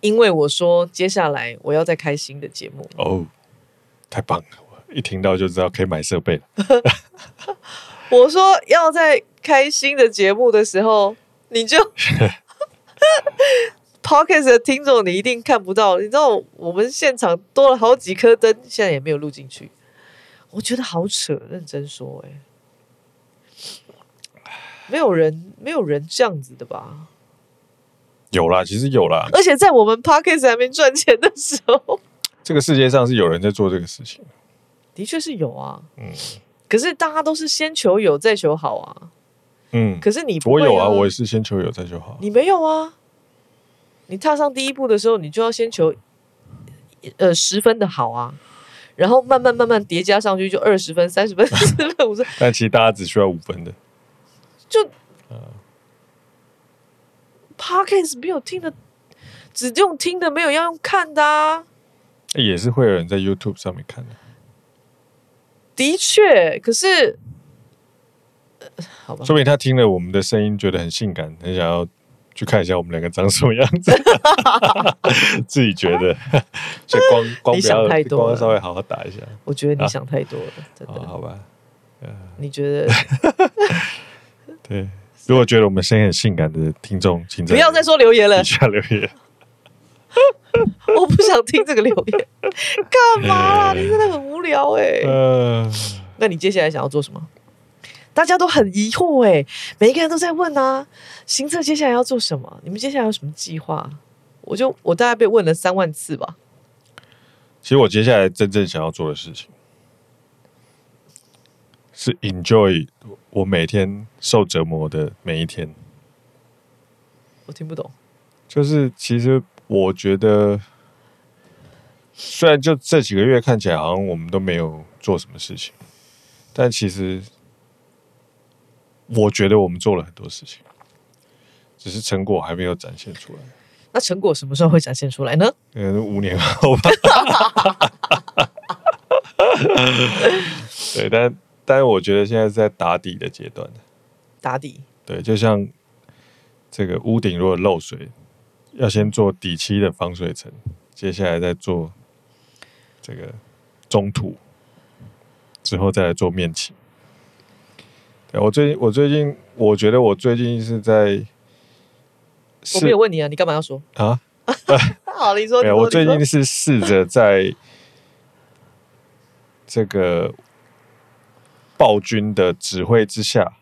Speaker 1: 因为我说接下来我要再开新的节目。
Speaker 3: 哦，太棒了！我一听到就知道可以买设备了。
Speaker 1: 我说要在开新的节目的时候，你就 <laughs> podcast 的听众你一定看不到，你知道我们现场多了好几颗灯，现在也没有录进去，我觉得好扯，认真说、欸，没有人没有人这样子的吧？
Speaker 3: 有啦，其实有啦，
Speaker 1: 而且在我们 podcast 还没赚钱的时候，
Speaker 3: 这个世界上是有人在做这个事情。
Speaker 1: 的确是有啊，
Speaker 3: 嗯
Speaker 1: 可是大家都是先求有再求好啊，
Speaker 3: 嗯，
Speaker 1: 可是你不
Speaker 3: 我
Speaker 1: 会
Speaker 3: 有啊，我也是先求有再求好。
Speaker 1: 你没有啊？你踏上第一步的时候，你就要先求呃十分的好啊，然后慢慢慢慢叠加上去，就二十分、三十分、四十分、五十，
Speaker 3: 但其实大家只需要五分的。
Speaker 1: 就 podcast 没有听的，只用听的，没有要用看的啊。
Speaker 3: 也是会有人在 YouTube 上面看的，
Speaker 1: 的确，可是、呃好吧
Speaker 3: 说，不定他听了我们的声音，觉得很性感，很想要去看一下我们两个长什么样
Speaker 1: <laughs>
Speaker 3: 子，自己觉得，所以光光
Speaker 1: 你
Speaker 3: 不
Speaker 1: 想
Speaker 3: 要
Speaker 1: 太多了
Speaker 3: 光稍微好好打一下，
Speaker 1: 我觉得你想太多了，真
Speaker 3: 啊好
Speaker 1: 的。
Speaker 3: 好吧？
Speaker 1: 你觉
Speaker 3: <laughs>
Speaker 1: 得
Speaker 3: 对，如果觉得我们声音很性感的听众，请
Speaker 1: 不要再说留言了
Speaker 3: 底，下留言，
Speaker 1: 我不想听这个留言，干嘛、 <laughs> 你真的很无聊哎、
Speaker 3: 呃，
Speaker 1: 那你接下来想要做什么？大家都很疑惑哎、每一个人都在问啊，行测接下来要做什么？你们接下来有什么计划？我就我大概被问了三万次吧，
Speaker 3: 其实我接下来真正想要做的事情是 enjoy 我每天受折磨的每一天。
Speaker 1: 我听不懂。
Speaker 3: 就是其实我觉得，虽然就这几个月看起来好像我们都没有做什么事情，但其实我觉得我们做了很多事情，只是成果还没有展现出来。
Speaker 1: 那成果什么时候会展现出来呢？
Speaker 3: 嗯，五年
Speaker 1: <laughs>
Speaker 3: 后吧。对，但但是我觉得现在是在打底的阶段。
Speaker 1: 打底，
Speaker 3: 对，就像这个屋顶如果漏水，要先做底漆的防水层，接下来再做这个中土，之后再来做面漆。对我最近，我最近，我觉得我最近是在
Speaker 1: 我没有
Speaker 3: 是
Speaker 1: 问你啊，你干嘛要说？
Speaker 3: 啊，
Speaker 1: 好，你说。
Speaker 3: <laughs>
Speaker 1: 你
Speaker 3: 没有，
Speaker 1: 说
Speaker 3: 我
Speaker 1: 你
Speaker 3: 最
Speaker 1: 说
Speaker 3: 近是试着在这个暴君的指挥之下，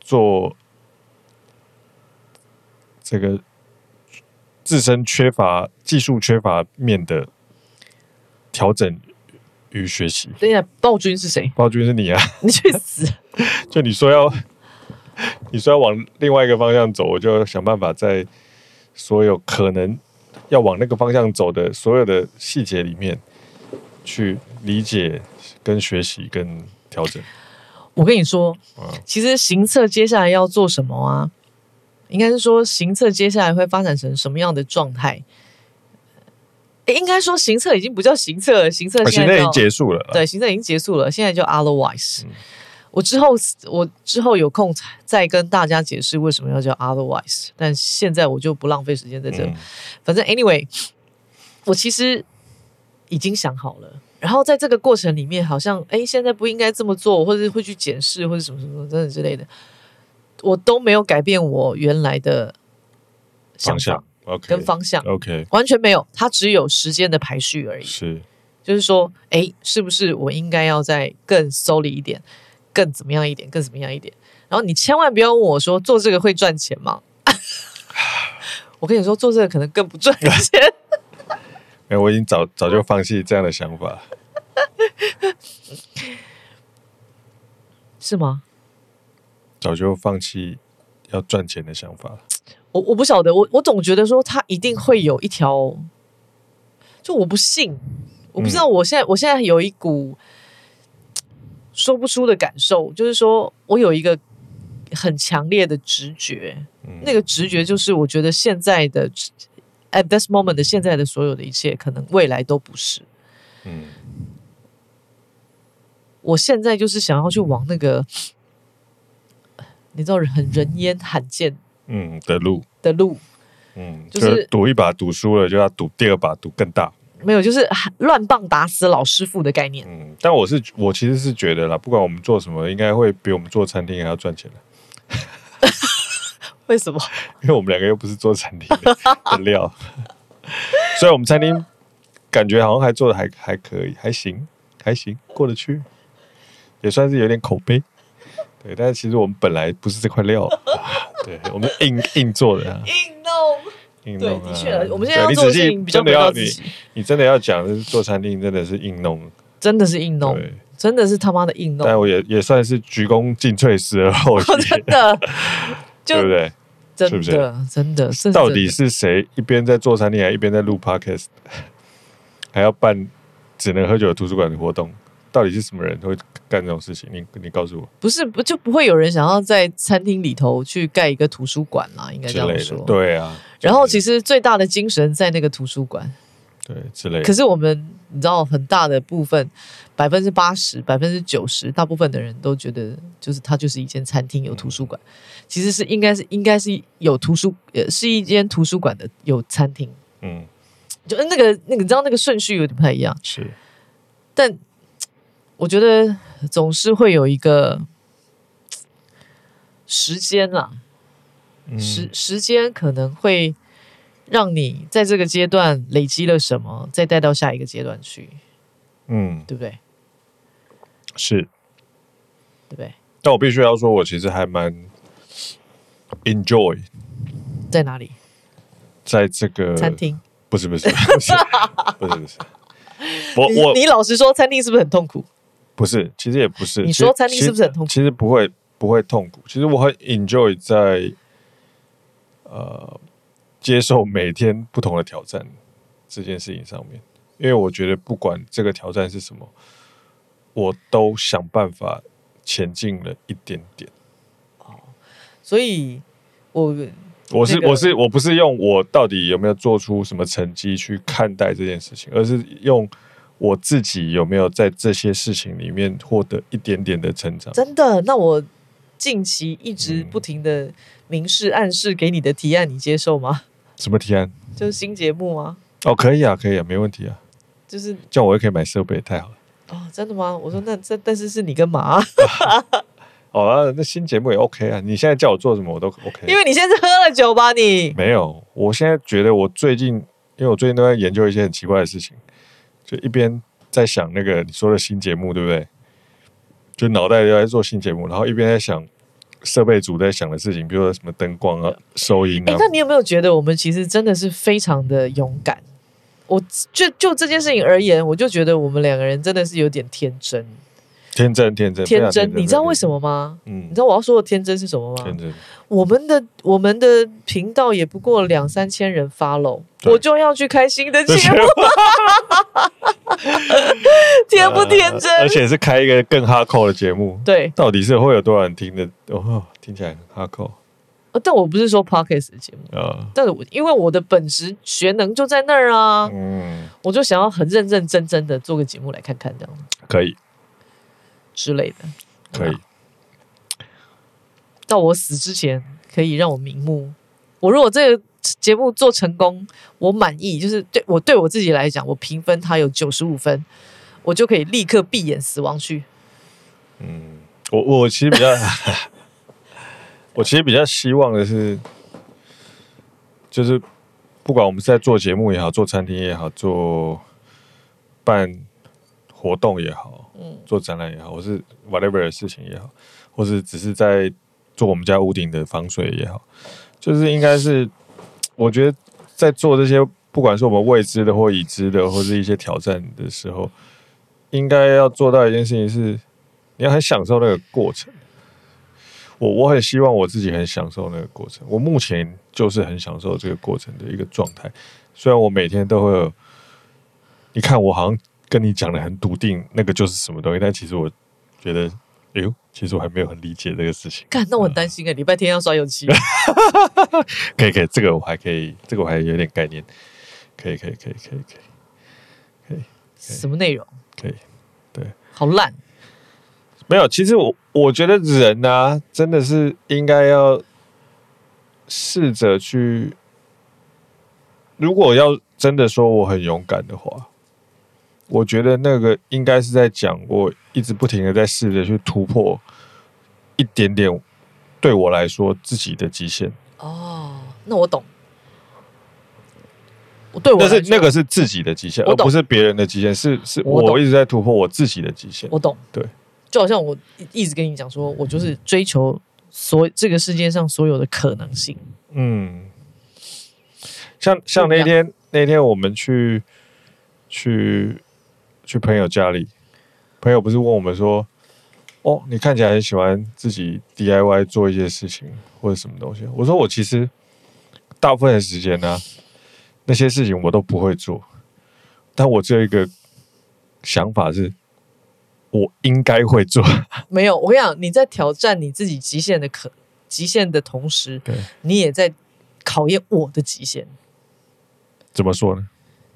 Speaker 3: 做这个自身缺乏技术缺乏面的调整与学习。
Speaker 1: 等一下，暴君是谁？
Speaker 3: 暴君是你啊，
Speaker 1: 你去死！
Speaker 3: 就你说要， <laughs> 你说要往另外一个方向走，我就想办法在所有可能要往那个方向走的所有的细节里面去理解、跟学习、跟调整。
Speaker 1: 我跟你说
Speaker 3: 嗯，
Speaker 1: 其实行测接下来要做什么啊？应该是说行测接下来会发展成什么样的状态？诶应该说行测已经不叫行测了，行测
Speaker 3: 而且
Speaker 1: 现
Speaker 3: 那
Speaker 1: 在
Speaker 3: 啊已
Speaker 1: 叫
Speaker 3: 经结束了啦，
Speaker 1: 对，行政已经结束了，现在叫 otherwise。
Speaker 3: 嗯
Speaker 1: 我之后我之后有空才再跟大家解释为什么要叫 otherwise，但现在我就不浪费时间在这。
Speaker 3: 嗯
Speaker 1: 反正 anyway，我其实已经想好了。然后在这个过程里面，好像哎，诶现在不应该这么做，或者会去检视，或者什么什么等等之类的，我都没有改变我原来的想
Speaker 3: 方
Speaker 1: 法
Speaker 3: 向 OK，
Speaker 1: 跟方向，
Speaker 3: OK
Speaker 1: 完全没有，它只有时间的排序而已。
Speaker 3: 是
Speaker 1: 就是说，哎，是不是我应该要再更 solid 一点，更怎么样一点，更怎么样一点？然后你千万不要问我说做这个会赚钱吗？ <laughs> 我跟你说，做这个可能更不赚钱。
Speaker 3: 哎，我已经早早就放弃这样的想法。
Speaker 1: 是吗？
Speaker 3: 早就放弃要赚钱的想法。
Speaker 1: 我我不晓得，我我总觉得说它一定会有一条，就我不信，我不知道，我现在、我现在有一股说不出的感受，就是说我有一个很强烈的直觉，
Speaker 3: 嗯，
Speaker 1: 那个直觉就是，我觉得现在的 at this moment 的现在的所有的一切，可能未来都不是。
Speaker 3: 嗯
Speaker 1: 我现在就是想要去往那个，你知道，很人烟罕见
Speaker 3: 嗯的路，
Speaker 1: 的路，
Speaker 3: 嗯，
Speaker 1: 就
Speaker 3: 就是是赌一把赌输了就要赌第二把，赌更大。
Speaker 1: 没有，就是乱棒打死老师傅的概念。
Speaker 3: 嗯，但我是我其实是觉得啦，不管我们做什么，应该会比我们做餐厅还要赚钱的，
Speaker 1: 为什么？
Speaker 3: 因为我们两个又不是做餐厅的的料， <laughs> 所以我们餐厅感觉好像还做的还还可以，还行，还行，过得去，也算是有点口碑。对，但是其实我们本来不是这块料，对我们硬硬做的、啊，
Speaker 1: 硬弄。
Speaker 3: 硬
Speaker 1: 对
Speaker 3: 弄、啊。
Speaker 1: 的确了我们现在
Speaker 3: 对
Speaker 1: 要
Speaker 3: 你
Speaker 1: 做的
Speaker 3: 仔
Speaker 1: 事
Speaker 3: 细
Speaker 1: 情比较
Speaker 3: 真的
Speaker 1: 回到
Speaker 3: 要
Speaker 1: 自
Speaker 3: 你
Speaker 1: 己，
Speaker 3: 你真的要讲是做餐厅真的是硬弄，
Speaker 1: 真的是硬弄，
Speaker 3: 对。
Speaker 1: 真的是他妈的硬弄，
Speaker 3: 但我也也算是鞠躬尽瘁，死
Speaker 1: <laughs>
Speaker 3: 而后已，
Speaker 1: 真的，就
Speaker 3: <laughs> 对不对？
Speaker 1: 真
Speaker 3: 是不是
Speaker 1: 的，真的，是
Speaker 3: 到
Speaker 1: 真
Speaker 3: 底
Speaker 1: 的
Speaker 3: 是谁一边在做餐厅，还一边在录 podcast，还要办只能喝酒的图书馆的活动？到底是什么人会干这种事情？你你告诉我
Speaker 1: 不是不就不会有人想要在餐厅里头去盖一个图书馆啦？应该
Speaker 3: 之
Speaker 1: 这样
Speaker 3: 类
Speaker 1: 说
Speaker 3: 的，。对啊，
Speaker 1: 然后
Speaker 3: 就是
Speaker 1: 其实最大的精神在那个图书馆，
Speaker 3: 对之类
Speaker 1: 可
Speaker 3: 的，
Speaker 1: 是我们你知道很大的部分，百分之八十、百分之九十，大部分的人都觉得就是它就是一间餐厅有图书馆，其实是应该是应该是有图书呃是一间图书馆的有餐厅，
Speaker 3: 嗯，
Speaker 1: 就那个那个你知道那个顺序有点不太一样，
Speaker 3: 是
Speaker 1: 但我觉得总是会有一个时间啦，
Speaker 3: 嗯
Speaker 1: 时时间可能会让你在这个阶段累积了什么，再带到下一个阶段去，
Speaker 3: 嗯
Speaker 1: 对不对？
Speaker 3: 是。
Speaker 1: 对不对？
Speaker 3: 但我必须要说，我其实还蛮 enjoy
Speaker 1: 在哪里？
Speaker 3: 在这个
Speaker 1: 餐厅？
Speaker 3: 不是不是不是不是
Speaker 1: <laughs>
Speaker 3: 不是，我
Speaker 1: 你
Speaker 3: 我
Speaker 1: 你老实说，餐厅是不是很痛苦？
Speaker 3: 不是，其实也不是。
Speaker 1: 你
Speaker 3: 其实
Speaker 1: 说餐厅是不是很痛苦
Speaker 3: 其实其实不会，不会痛苦。其实我很 enjoy 在呃接受每天不同的挑战这件事情上面，因为我觉得不管这个挑战是什么，我都想办法前进了一点点。
Speaker 1: 所以我
Speaker 3: 我是、
Speaker 1: 那个
Speaker 3: 我是我不是用我到底有没有做出什么成绩去看待这件事情，而是用我自己有没有在这些事情里面获得一点点的成长。
Speaker 1: 真的，那我近期一直
Speaker 3: 嗯
Speaker 1: 不停的明示暗示给你的提案，你接受吗？ <laughs>
Speaker 3: 什么提案？
Speaker 1: 就是新节目啊，
Speaker 3: 哦，可以啊，可以啊，没问题啊，
Speaker 1: 就是
Speaker 3: 这样我也可以买设备，太好了。
Speaker 1: 哦，真的吗？我说那这但是是你跟马啊、
Speaker 3: 哦，啊那新节目也 OK 啊。你现在叫我做什么我都 OK。
Speaker 1: <laughs>
Speaker 3: 啊
Speaker 1: 因为你现在是喝了酒吧你？
Speaker 3: 没有，我现在觉得我最近，因为我最近都在研究一些很奇怪的事情，就一边在想那个你说的新节目，对不对？就脑袋里在做新节目，然后一边在想设备组在想的事情，比如说什么灯光啊、收音
Speaker 1: 哎、
Speaker 3: 啊。
Speaker 1: 那你有没有觉得我们其实真的是非常的勇敢？我就就这件事情而言，我就觉得我们两个人真的是有点天真，
Speaker 3: 天真，天真，
Speaker 1: 天真。你知道为
Speaker 3: 么？
Speaker 1: 什么吗？
Speaker 3: 嗯
Speaker 1: 你知，道我要说的天真是什么吗？
Speaker 3: 天真，
Speaker 1: 我们的我们的频道也不过两三千人 follow，
Speaker 3: 对
Speaker 1: 我就要去开新的节目， <laughs> 天不天真？
Speaker 3: 呃而且是开一个更哈扣的节目，
Speaker 1: 对，
Speaker 3: 到底是会有多少人听的？哦，听起来很哈扣
Speaker 1: 呃但我不是说 podcast 的节目，
Speaker 3: 啊。
Speaker 1: 但是我因为我的本职学能就在那儿啊，
Speaker 3: 嗯，
Speaker 1: 我就想要很认认真真的做个节目来看看这样
Speaker 3: 可以，
Speaker 1: 之类的。
Speaker 3: 可以，
Speaker 1: 到我死之前可以让我瞑目。我如果这个节目做成功，我满意，就是对我对我自己来讲，我评分它有九十五分，我就可以立刻闭眼死亡去。
Speaker 3: 嗯，我我其实比较， <laughs> 我其实比较希望的是，就是不管我们是在做节目也好，做餐厅也好，做办活动也好，嗯，做展览也好，或是 whatever 的事情也好，或是只是在做我们家屋顶的防水也好，就是应该是，我觉得在做这些，不管是我们未知的或已知的，或是一些挑战的时候，应该要做到一件事情是，你要很享受那个过程。我我很希望我自己很享受那个过程，我目前就是很享受这个过程的一个状态。虽然我每天都会有，你看我好像跟你讲的很笃定，那个就是什么东西，但其实我觉得，哎呦，其实我还没有很理解这个事情。
Speaker 1: 干，那我很担心啊、礼拜天要刷油漆。
Speaker 3: 可以可以，这个我还可以，这个我还有点概念。可以可以可以可以可以
Speaker 1: 什么内容？
Speaker 3: 可以，
Speaker 1: 好烂！
Speaker 3: 没有。其实我我觉得人啊，真的是应该要试着去。如果要真的说我很勇敢的话，我觉得那个应该是在讲我一直不停的在试着去突破一点点对我来说自己的极限。
Speaker 1: 哦，那我懂。我对我
Speaker 3: 但
Speaker 1: 来
Speaker 3: 是
Speaker 1: 说
Speaker 3: 那个是自己的极限，
Speaker 1: 我
Speaker 3: 而
Speaker 1: 懂
Speaker 3: 不是别人的极限。是是，
Speaker 1: 我懂
Speaker 3: 我一直在突破我自己的极限。
Speaker 1: 我懂，
Speaker 3: 对，
Speaker 1: 就好像我一一直跟你讲说，我就是追求所这个世界上所有的可能性。
Speaker 3: 嗯，像像
Speaker 1: 不一
Speaker 3: 那
Speaker 1: 样
Speaker 3: 天那天我们去去去朋友家里，朋友不是问我们说，哦，你看起来很喜欢自己 DIY 做一些事情或者什么东西。我说我其实大部分的时间呢、啊那些事情我都不会做，但我只有一个想法是，我应该会做。
Speaker 1: 没有，我跟你讲，你在挑战你自己极限的可极限的同时，
Speaker 3: 对，
Speaker 1: 你也在考验我的极限。
Speaker 3: 怎么说呢？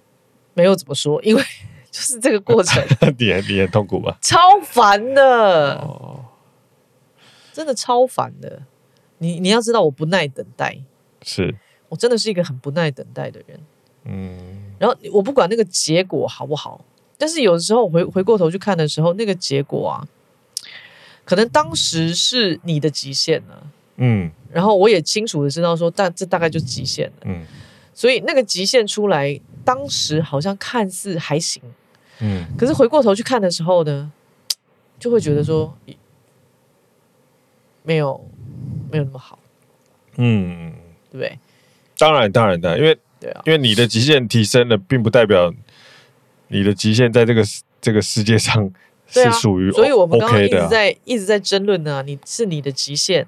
Speaker 3: <laughs>
Speaker 1: 没有怎么说，因为就是这个过
Speaker 3: <laughs>
Speaker 1: 程
Speaker 3: 你很你很痛苦吧？
Speaker 1: 超烦的，
Speaker 3: 哦，
Speaker 1: 真的超烦的。你你要知道，我不耐等待，
Speaker 3: 是，
Speaker 1: 我真的是一个很不耐等待的人。
Speaker 3: 嗯。
Speaker 1: 然后我不管那个结果好不好，但是有的时候回回过头去看的时候，那个结果啊，可能当时是你的极限了、
Speaker 3: 嗯
Speaker 1: 然后我也清楚的知道说，大这大概就是极限了。
Speaker 3: 嗯
Speaker 1: 所以那个极限出来，当时好像看似还行，
Speaker 3: 嗯
Speaker 1: 可是回过头去看的时候呢，就会觉得说没有没有那么好，
Speaker 3: 嗯，
Speaker 1: 对不对？
Speaker 3: 当然当然的，因为
Speaker 1: 对啊，
Speaker 3: 因为你的极限提升了，并不代表你的极限在这个这个世界上
Speaker 1: <laughs> 对
Speaker 3: 是
Speaker 1: 啊，
Speaker 3: 属于 O-
Speaker 1: 所以我们刚刚一
Speaker 3: 嗯 OK 的
Speaker 1: 直
Speaker 3: 啊，
Speaker 1: 在、一直在争论呢、你是你的极限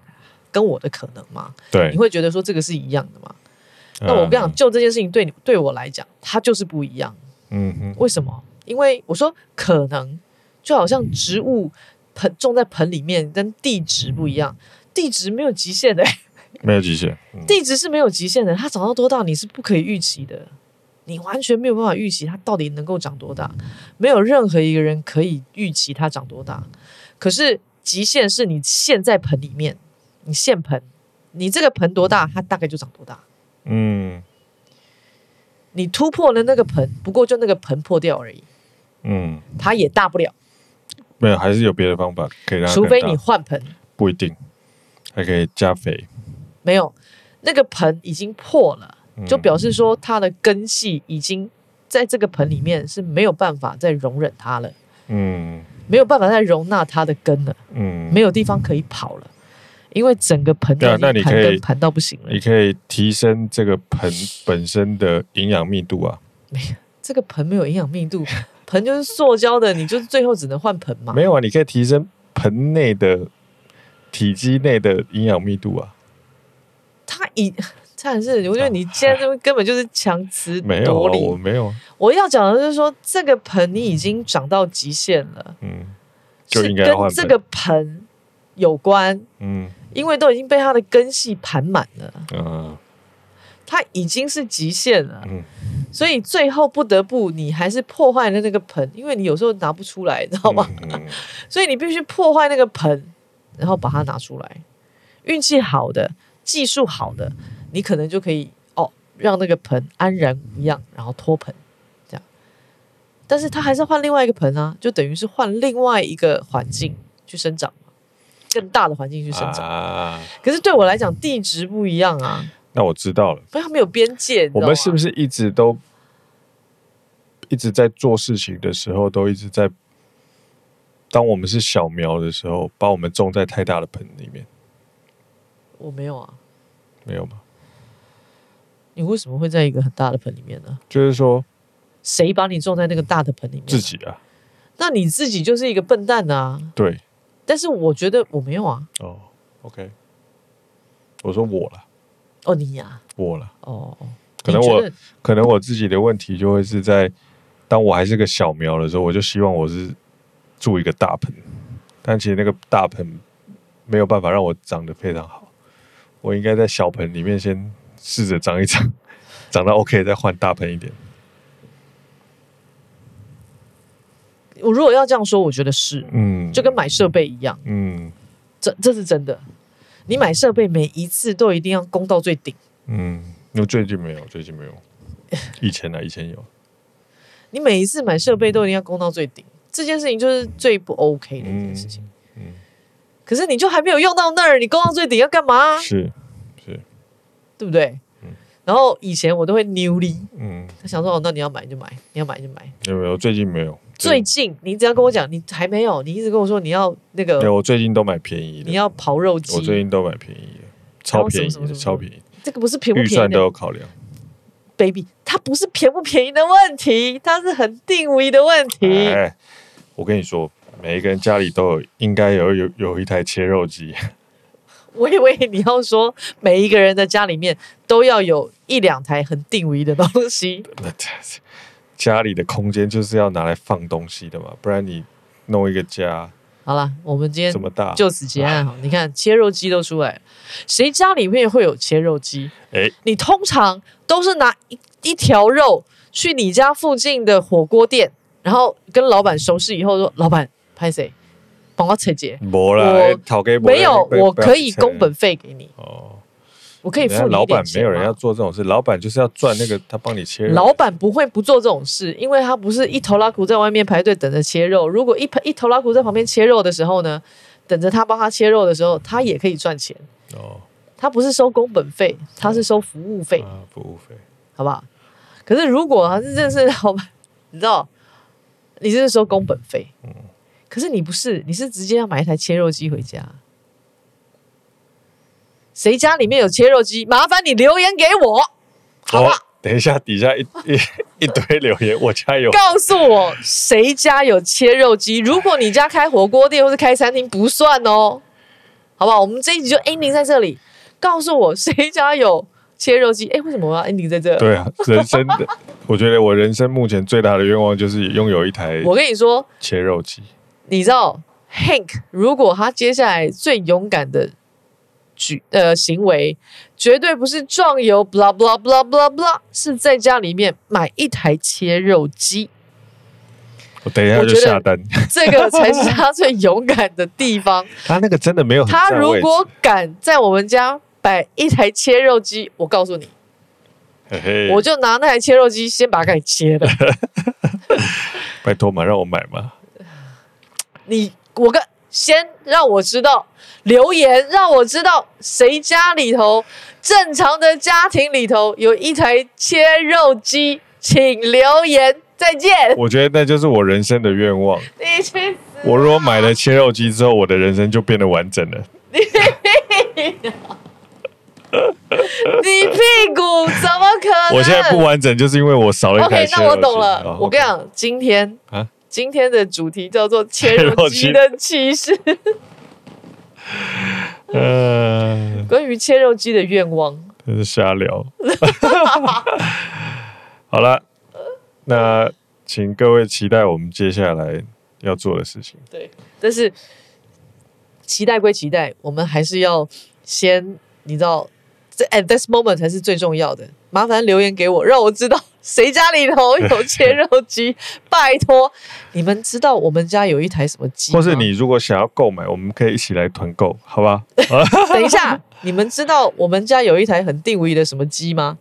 Speaker 1: 跟我的可能吗？
Speaker 3: 啊对
Speaker 1: 你。会觉得说这个是一样的吗？那
Speaker 3: 嗯
Speaker 1: 我跟你讲，，就这件事情对你对我来讲，它就是不一样。
Speaker 3: 嗯嗯
Speaker 1: 为什么？因为我说可能就好像植物盆种在盆里面，跟地质不一样，地质没有极限的、 <laughs>
Speaker 3: 嗯，没有极限，嗯
Speaker 1: 地质是没有极限的，它长到多大你是不可以预期的，你完全没有办法预期它到底能够长多大，没有任何一个人可以预期它长多大。可是极限是你陷在盆里面，你陷盆，你这个盆多大，它大概就长多大。
Speaker 3: 嗯
Speaker 1: 你突破了那个盆，不过就那个盆破掉而已，
Speaker 3: 嗯，
Speaker 1: 它也大不了，
Speaker 3: 没有，还是有别的方法可以让它
Speaker 1: 除非
Speaker 3: 更大
Speaker 1: 你换盆。
Speaker 3: 不一定，还可以加肥。
Speaker 1: 没有，那个盆已经破了，
Speaker 3: 嗯
Speaker 1: 就表示说它的根系已经在这个盆里面是没有办法再容忍它了，
Speaker 3: 嗯
Speaker 1: 没有办法再容纳它的根了，
Speaker 3: 嗯，
Speaker 1: 没有地方可以跑了，因为整个盆都
Speaker 3: 对啊
Speaker 1: 已
Speaker 3: 那
Speaker 1: 经
Speaker 3: 你
Speaker 1: 盘
Speaker 3: 可以
Speaker 1: 根盘到不行了
Speaker 3: 你。可以提升这个盆本身的营养密度啊。
Speaker 1: 这个盆没有营养密度，盆就是塑胶的，你就是最后只能换盆嘛
Speaker 3: 没。有啊，你可以提升盆内的体积内的营养密度啊。
Speaker 1: 它已， <laughs> 它还是，我觉得你现在这边根本就是强词
Speaker 3: 没有
Speaker 1: 夺
Speaker 3: 啊，
Speaker 1: 理。
Speaker 3: 我没有啊。
Speaker 1: 我要讲的就是说，这个盆你已经长到极限了，
Speaker 3: 嗯，就是应该要
Speaker 1: 跟
Speaker 3: 换
Speaker 1: 这
Speaker 3: 盆。
Speaker 1: 个盆有关，
Speaker 3: 嗯
Speaker 1: 因为都已经被它的根系盘满了，
Speaker 3: 啊
Speaker 1: 它已经是极限了，
Speaker 3: 嗯
Speaker 1: 所以最后不得不你还是破坏了那个盆，因为你有时候拿不出来，你知道吗？
Speaker 3: 嗯嗯
Speaker 1: 所以你必须破坏那个盆，然后把它拿出来。运气好的，技术好的，你可能就可以哦，让那个盆安然无恙，然后脱盆这样。但是它还是换另外一个盆啊，就等于是换另外一个环境去生长嘛，更大的环境去生长。
Speaker 3: 啊，
Speaker 1: 可是对我来讲，地质不一样啊，
Speaker 3: 那我知道了。
Speaker 1: 因为它没有啊边界，你知
Speaker 3: 我
Speaker 1: 道吗
Speaker 3: 们是不是一直都一直在做事情的时候，都一直在？当我们是小苗的时候，把我们种在太大的盆里面，
Speaker 1: 我没有啊，
Speaker 3: 没有吗？
Speaker 1: 你为什么会在一个很大的盆里面呢？
Speaker 3: 就是说
Speaker 1: 谁把你种在那个大的盆里面？
Speaker 3: 自。己啊，
Speaker 1: 那你自己就是一个笨蛋啊！
Speaker 3: 对
Speaker 1: 但是我觉得我没有啊。
Speaker 3: 哦，OK，我说我了，
Speaker 1: 哦，你呀、
Speaker 3: 我了，
Speaker 1: 哦哦，
Speaker 3: 可能
Speaker 1: 你觉
Speaker 3: 我
Speaker 1: 得
Speaker 3: 可能我自己的问题就会是在当我还是个小苗的时候，我就希望我是住一个大盆，但其实那个大盆没有办法让我长得非常好，我应该在小盆里面先试着长一长， <laughs> 长到 OK 再换大盆一点。
Speaker 1: 我如果要这样说，我觉得是，
Speaker 3: 嗯，
Speaker 1: 就跟买设备一样，
Speaker 3: 嗯
Speaker 1: 这这是真的。你买设备每一次都一定要攻到最顶，
Speaker 3: 嗯，那最近没有，最近
Speaker 1: <laughs>
Speaker 3: 没有，以前啊呢，以前有，
Speaker 1: 你每一次买设备都一定要攻到最顶，这件事情就是最不 OK 的一件事情。
Speaker 3: 嗯
Speaker 1: 可是你就还没有用到那儿，你攻到最顶要干嘛？
Speaker 3: 是，
Speaker 1: 对不对？然后以前我都会扭力，
Speaker 3: 嗯，
Speaker 1: 想说哦，那你要买就买，你要买就买。
Speaker 3: 有没有？最近没有，
Speaker 1: 最近你只要跟我讲你还没有，你一直跟我说你要那
Speaker 3: 没
Speaker 1: 个
Speaker 3: 有，我最近都买便宜
Speaker 1: 你
Speaker 3: 的，
Speaker 1: 要刨肉机
Speaker 3: 我，最近都买便宜的，超便宜
Speaker 1: 什么什
Speaker 3: 的，
Speaker 1: 么什么
Speaker 3: 超便宜的，
Speaker 1: 这个不是便不
Speaker 3: 预
Speaker 1: 便宜
Speaker 3: 算
Speaker 1: 的
Speaker 3: 都有考量。
Speaker 1: baby，它不是便不便宜的问题，它是很定位的问题。
Speaker 3: 哎，我跟你说，每一个人家里都有，应该有有有一台切肉机。 <laughs>
Speaker 1: 我以为你要说每一个人的家里面都要有一两台很定位的东西，
Speaker 3: 家里的空间就是要拿来放东西的嘛，不然你弄一个家
Speaker 1: 好啦，我们今
Speaker 3: 这么
Speaker 1: 天
Speaker 3: 大，
Speaker 1: 就此结案哈。你看切肉机都出来了，谁家里面会有切肉机？
Speaker 3: 哎
Speaker 1: 你通常都是拿一一条肉去你家附近的火锅店，然后跟老板熟识以后说，老板拍谁，帮我切结。
Speaker 3: 没啦哎
Speaker 1: 我，
Speaker 3: 讨给
Speaker 1: 没有，我可以工本费给你，
Speaker 3: 哦，
Speaker 1: 我可以
Speaker 3: 人家
Speaker 1: 付你
Speaker 3: 老
Speaker 1: 一点
Speaker 3: 板没
Speaker 1: 钱
Speaker 3: 有
Speaker 1: 嘛
Speaker 3: 人要做这种事，老板就是要赚那个，他帮你切肉。
Speaker 1: 老板不会不做这种事，因为他不是一头拉骨在外面排队等着切肉。如果一排一头拉骨在旁边切肉的时候呢，等着他帮他切肉的时候，他也可以赚钱。
Speaker 3: 哦，
Speaker 1: 他不是收工本费，他是收服务费，
Speaker 3: 啊，服务费，
Speaker 1: 好不好？可是如果他是认识老板，你知道，你这是收工本费，
Speaker 3: 嗯
Speaker 1: 可是你不是，你是直接要买一台切肉机回家。谁家里面有切肉机？麻烦你留言给我，好不好
Speaker 3: 哦？等一下，底下一 <laughs> 一一堆留言，我家有，
Speaker 1: <laughs> 告诉我谁家有切肉机？如果你家开火锅店或是开餐厅不算哦，好不好？我们这一集就 ending 在这里。告诉我谁家有切肉机？哎，为什么我要 ending 在这？
Speaker 3: 对啊，人生的，我觉得我人生目前最大的愿望就是拥有一台
Speaker 1: 我跟你说，
Speaker 3: 切肉机。
Speaker 1: 你知道 Hank 如果他接下来最勇敢的举呃行为，绝对不是壮游 blah blah blah blah blah，是在家里面买一台切肉机。
Speaker 3: 我等一下就下单。
Speaker 1: 这个才是他最勇敢的地方。
Speaker 3: 他那个真的
Speaker 1: <laughs>
Speaker 3: 没有很
Speaker 1: 他
Speaker 3: 占
Speaker 1: 如
Speaker 3: 位置
Speaker 1: 果敢在我们家摆一台切肉机，我告诉你，
Speaker 3: 嘿嘿
Speaker 1: 我就拿那台切肉机先把它给你切了。
Speaker 3: 拜托嘛，让我买嘛。
Speaker 1: <laughs> 你我跟先让我知道，留言让我知道谁家里头正常的家庭里头有一台切肉机，请留言。再见，
Speaker 3: 我觉得那就是我人生的愿望。
Speaker 1: 你去死！
Speaker 3: 我如果买了切肉机之后，我的人生就变得完整了。
Speaker 1: 你屁股怎么可能？
Speaker 3: 我现在不完整，就是因为我少了一
Speaker 1: OK，
Speaker 3: 台切肉
Speaker 1: 那
Speaker 3: 机。
Speaker 1: 我懂了。
Speaker 3: 哦
Speaker 1: 我跟你讲，今天
Speaker 3: 啊
Speaker 1: 今天的主题叫做切
Speaker 3: 切
Speaker 1: 肉
Speaker 3: 肉
Speaker 1: 机
Speaker 3: 机
Speaker 1: 的歧视，
Speaker 3: 呃，
Speaker 1: 关于切肉机的愿望。
Speaker 3: 真是
Speaker 1: <laughs>
Speaker 3: 瞎聊。好了，那请各位期待我们接下来要做的事情。
Speaker 1: 对，但是期待归期待，我们还是要先，你知道，这 at this moment 才是最重要的。麻烦留言给我，让我知道谁家里头有切肉机， <laughs> 拜托！你们知道我们家有一台什么机吗？
Speaker 3: 或是你如果想要购买，我们可以一起来团购，好
Speaker 1: <laughs>
Speaker 3: 吧？
Speaker 1: 等一下，你们知道我们家有一台很定位的什么机吗？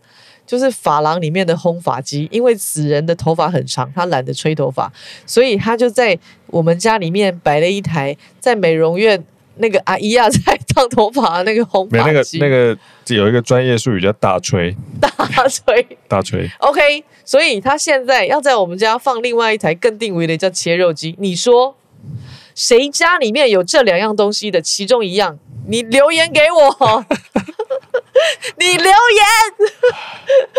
Speaker 1: 就是发廊里面的烘发机，因为此人的头发很长，他懒得吹头发，所以他就在我们家里面摆了一台在美容院那个阿姨呀、在 <laughs> 烫头发的那个烘
Speaker 3: 没有那
Speaker 1: 发
Speaker 3: 个
Speaker 1: 机，
Speaker 3: 那个有一个专业术语叫大吹，
Speaker 1: <laughs> 大吹。
Speaker 3: 大吹。
Speaker 1: OK，所以他现在要在我们家放另外一台更定位的叫切肉机。你说谁家里面有这两样东西的其中一样？你留言给我，你留言， <laughs>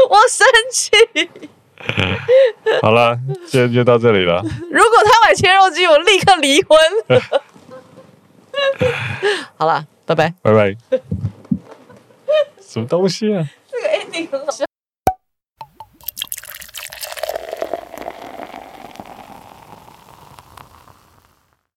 Speaker 1: 我生气。
Speaker 3: 好了，今天就到这里了。
Speaker 1: 如果他买切肉机，我立刻离婚。好啦，拜拜。 <laughs>
Speaker 3: 拜拜。什么东西啊？啊
Speaker 1: 这个 ending 很好笑。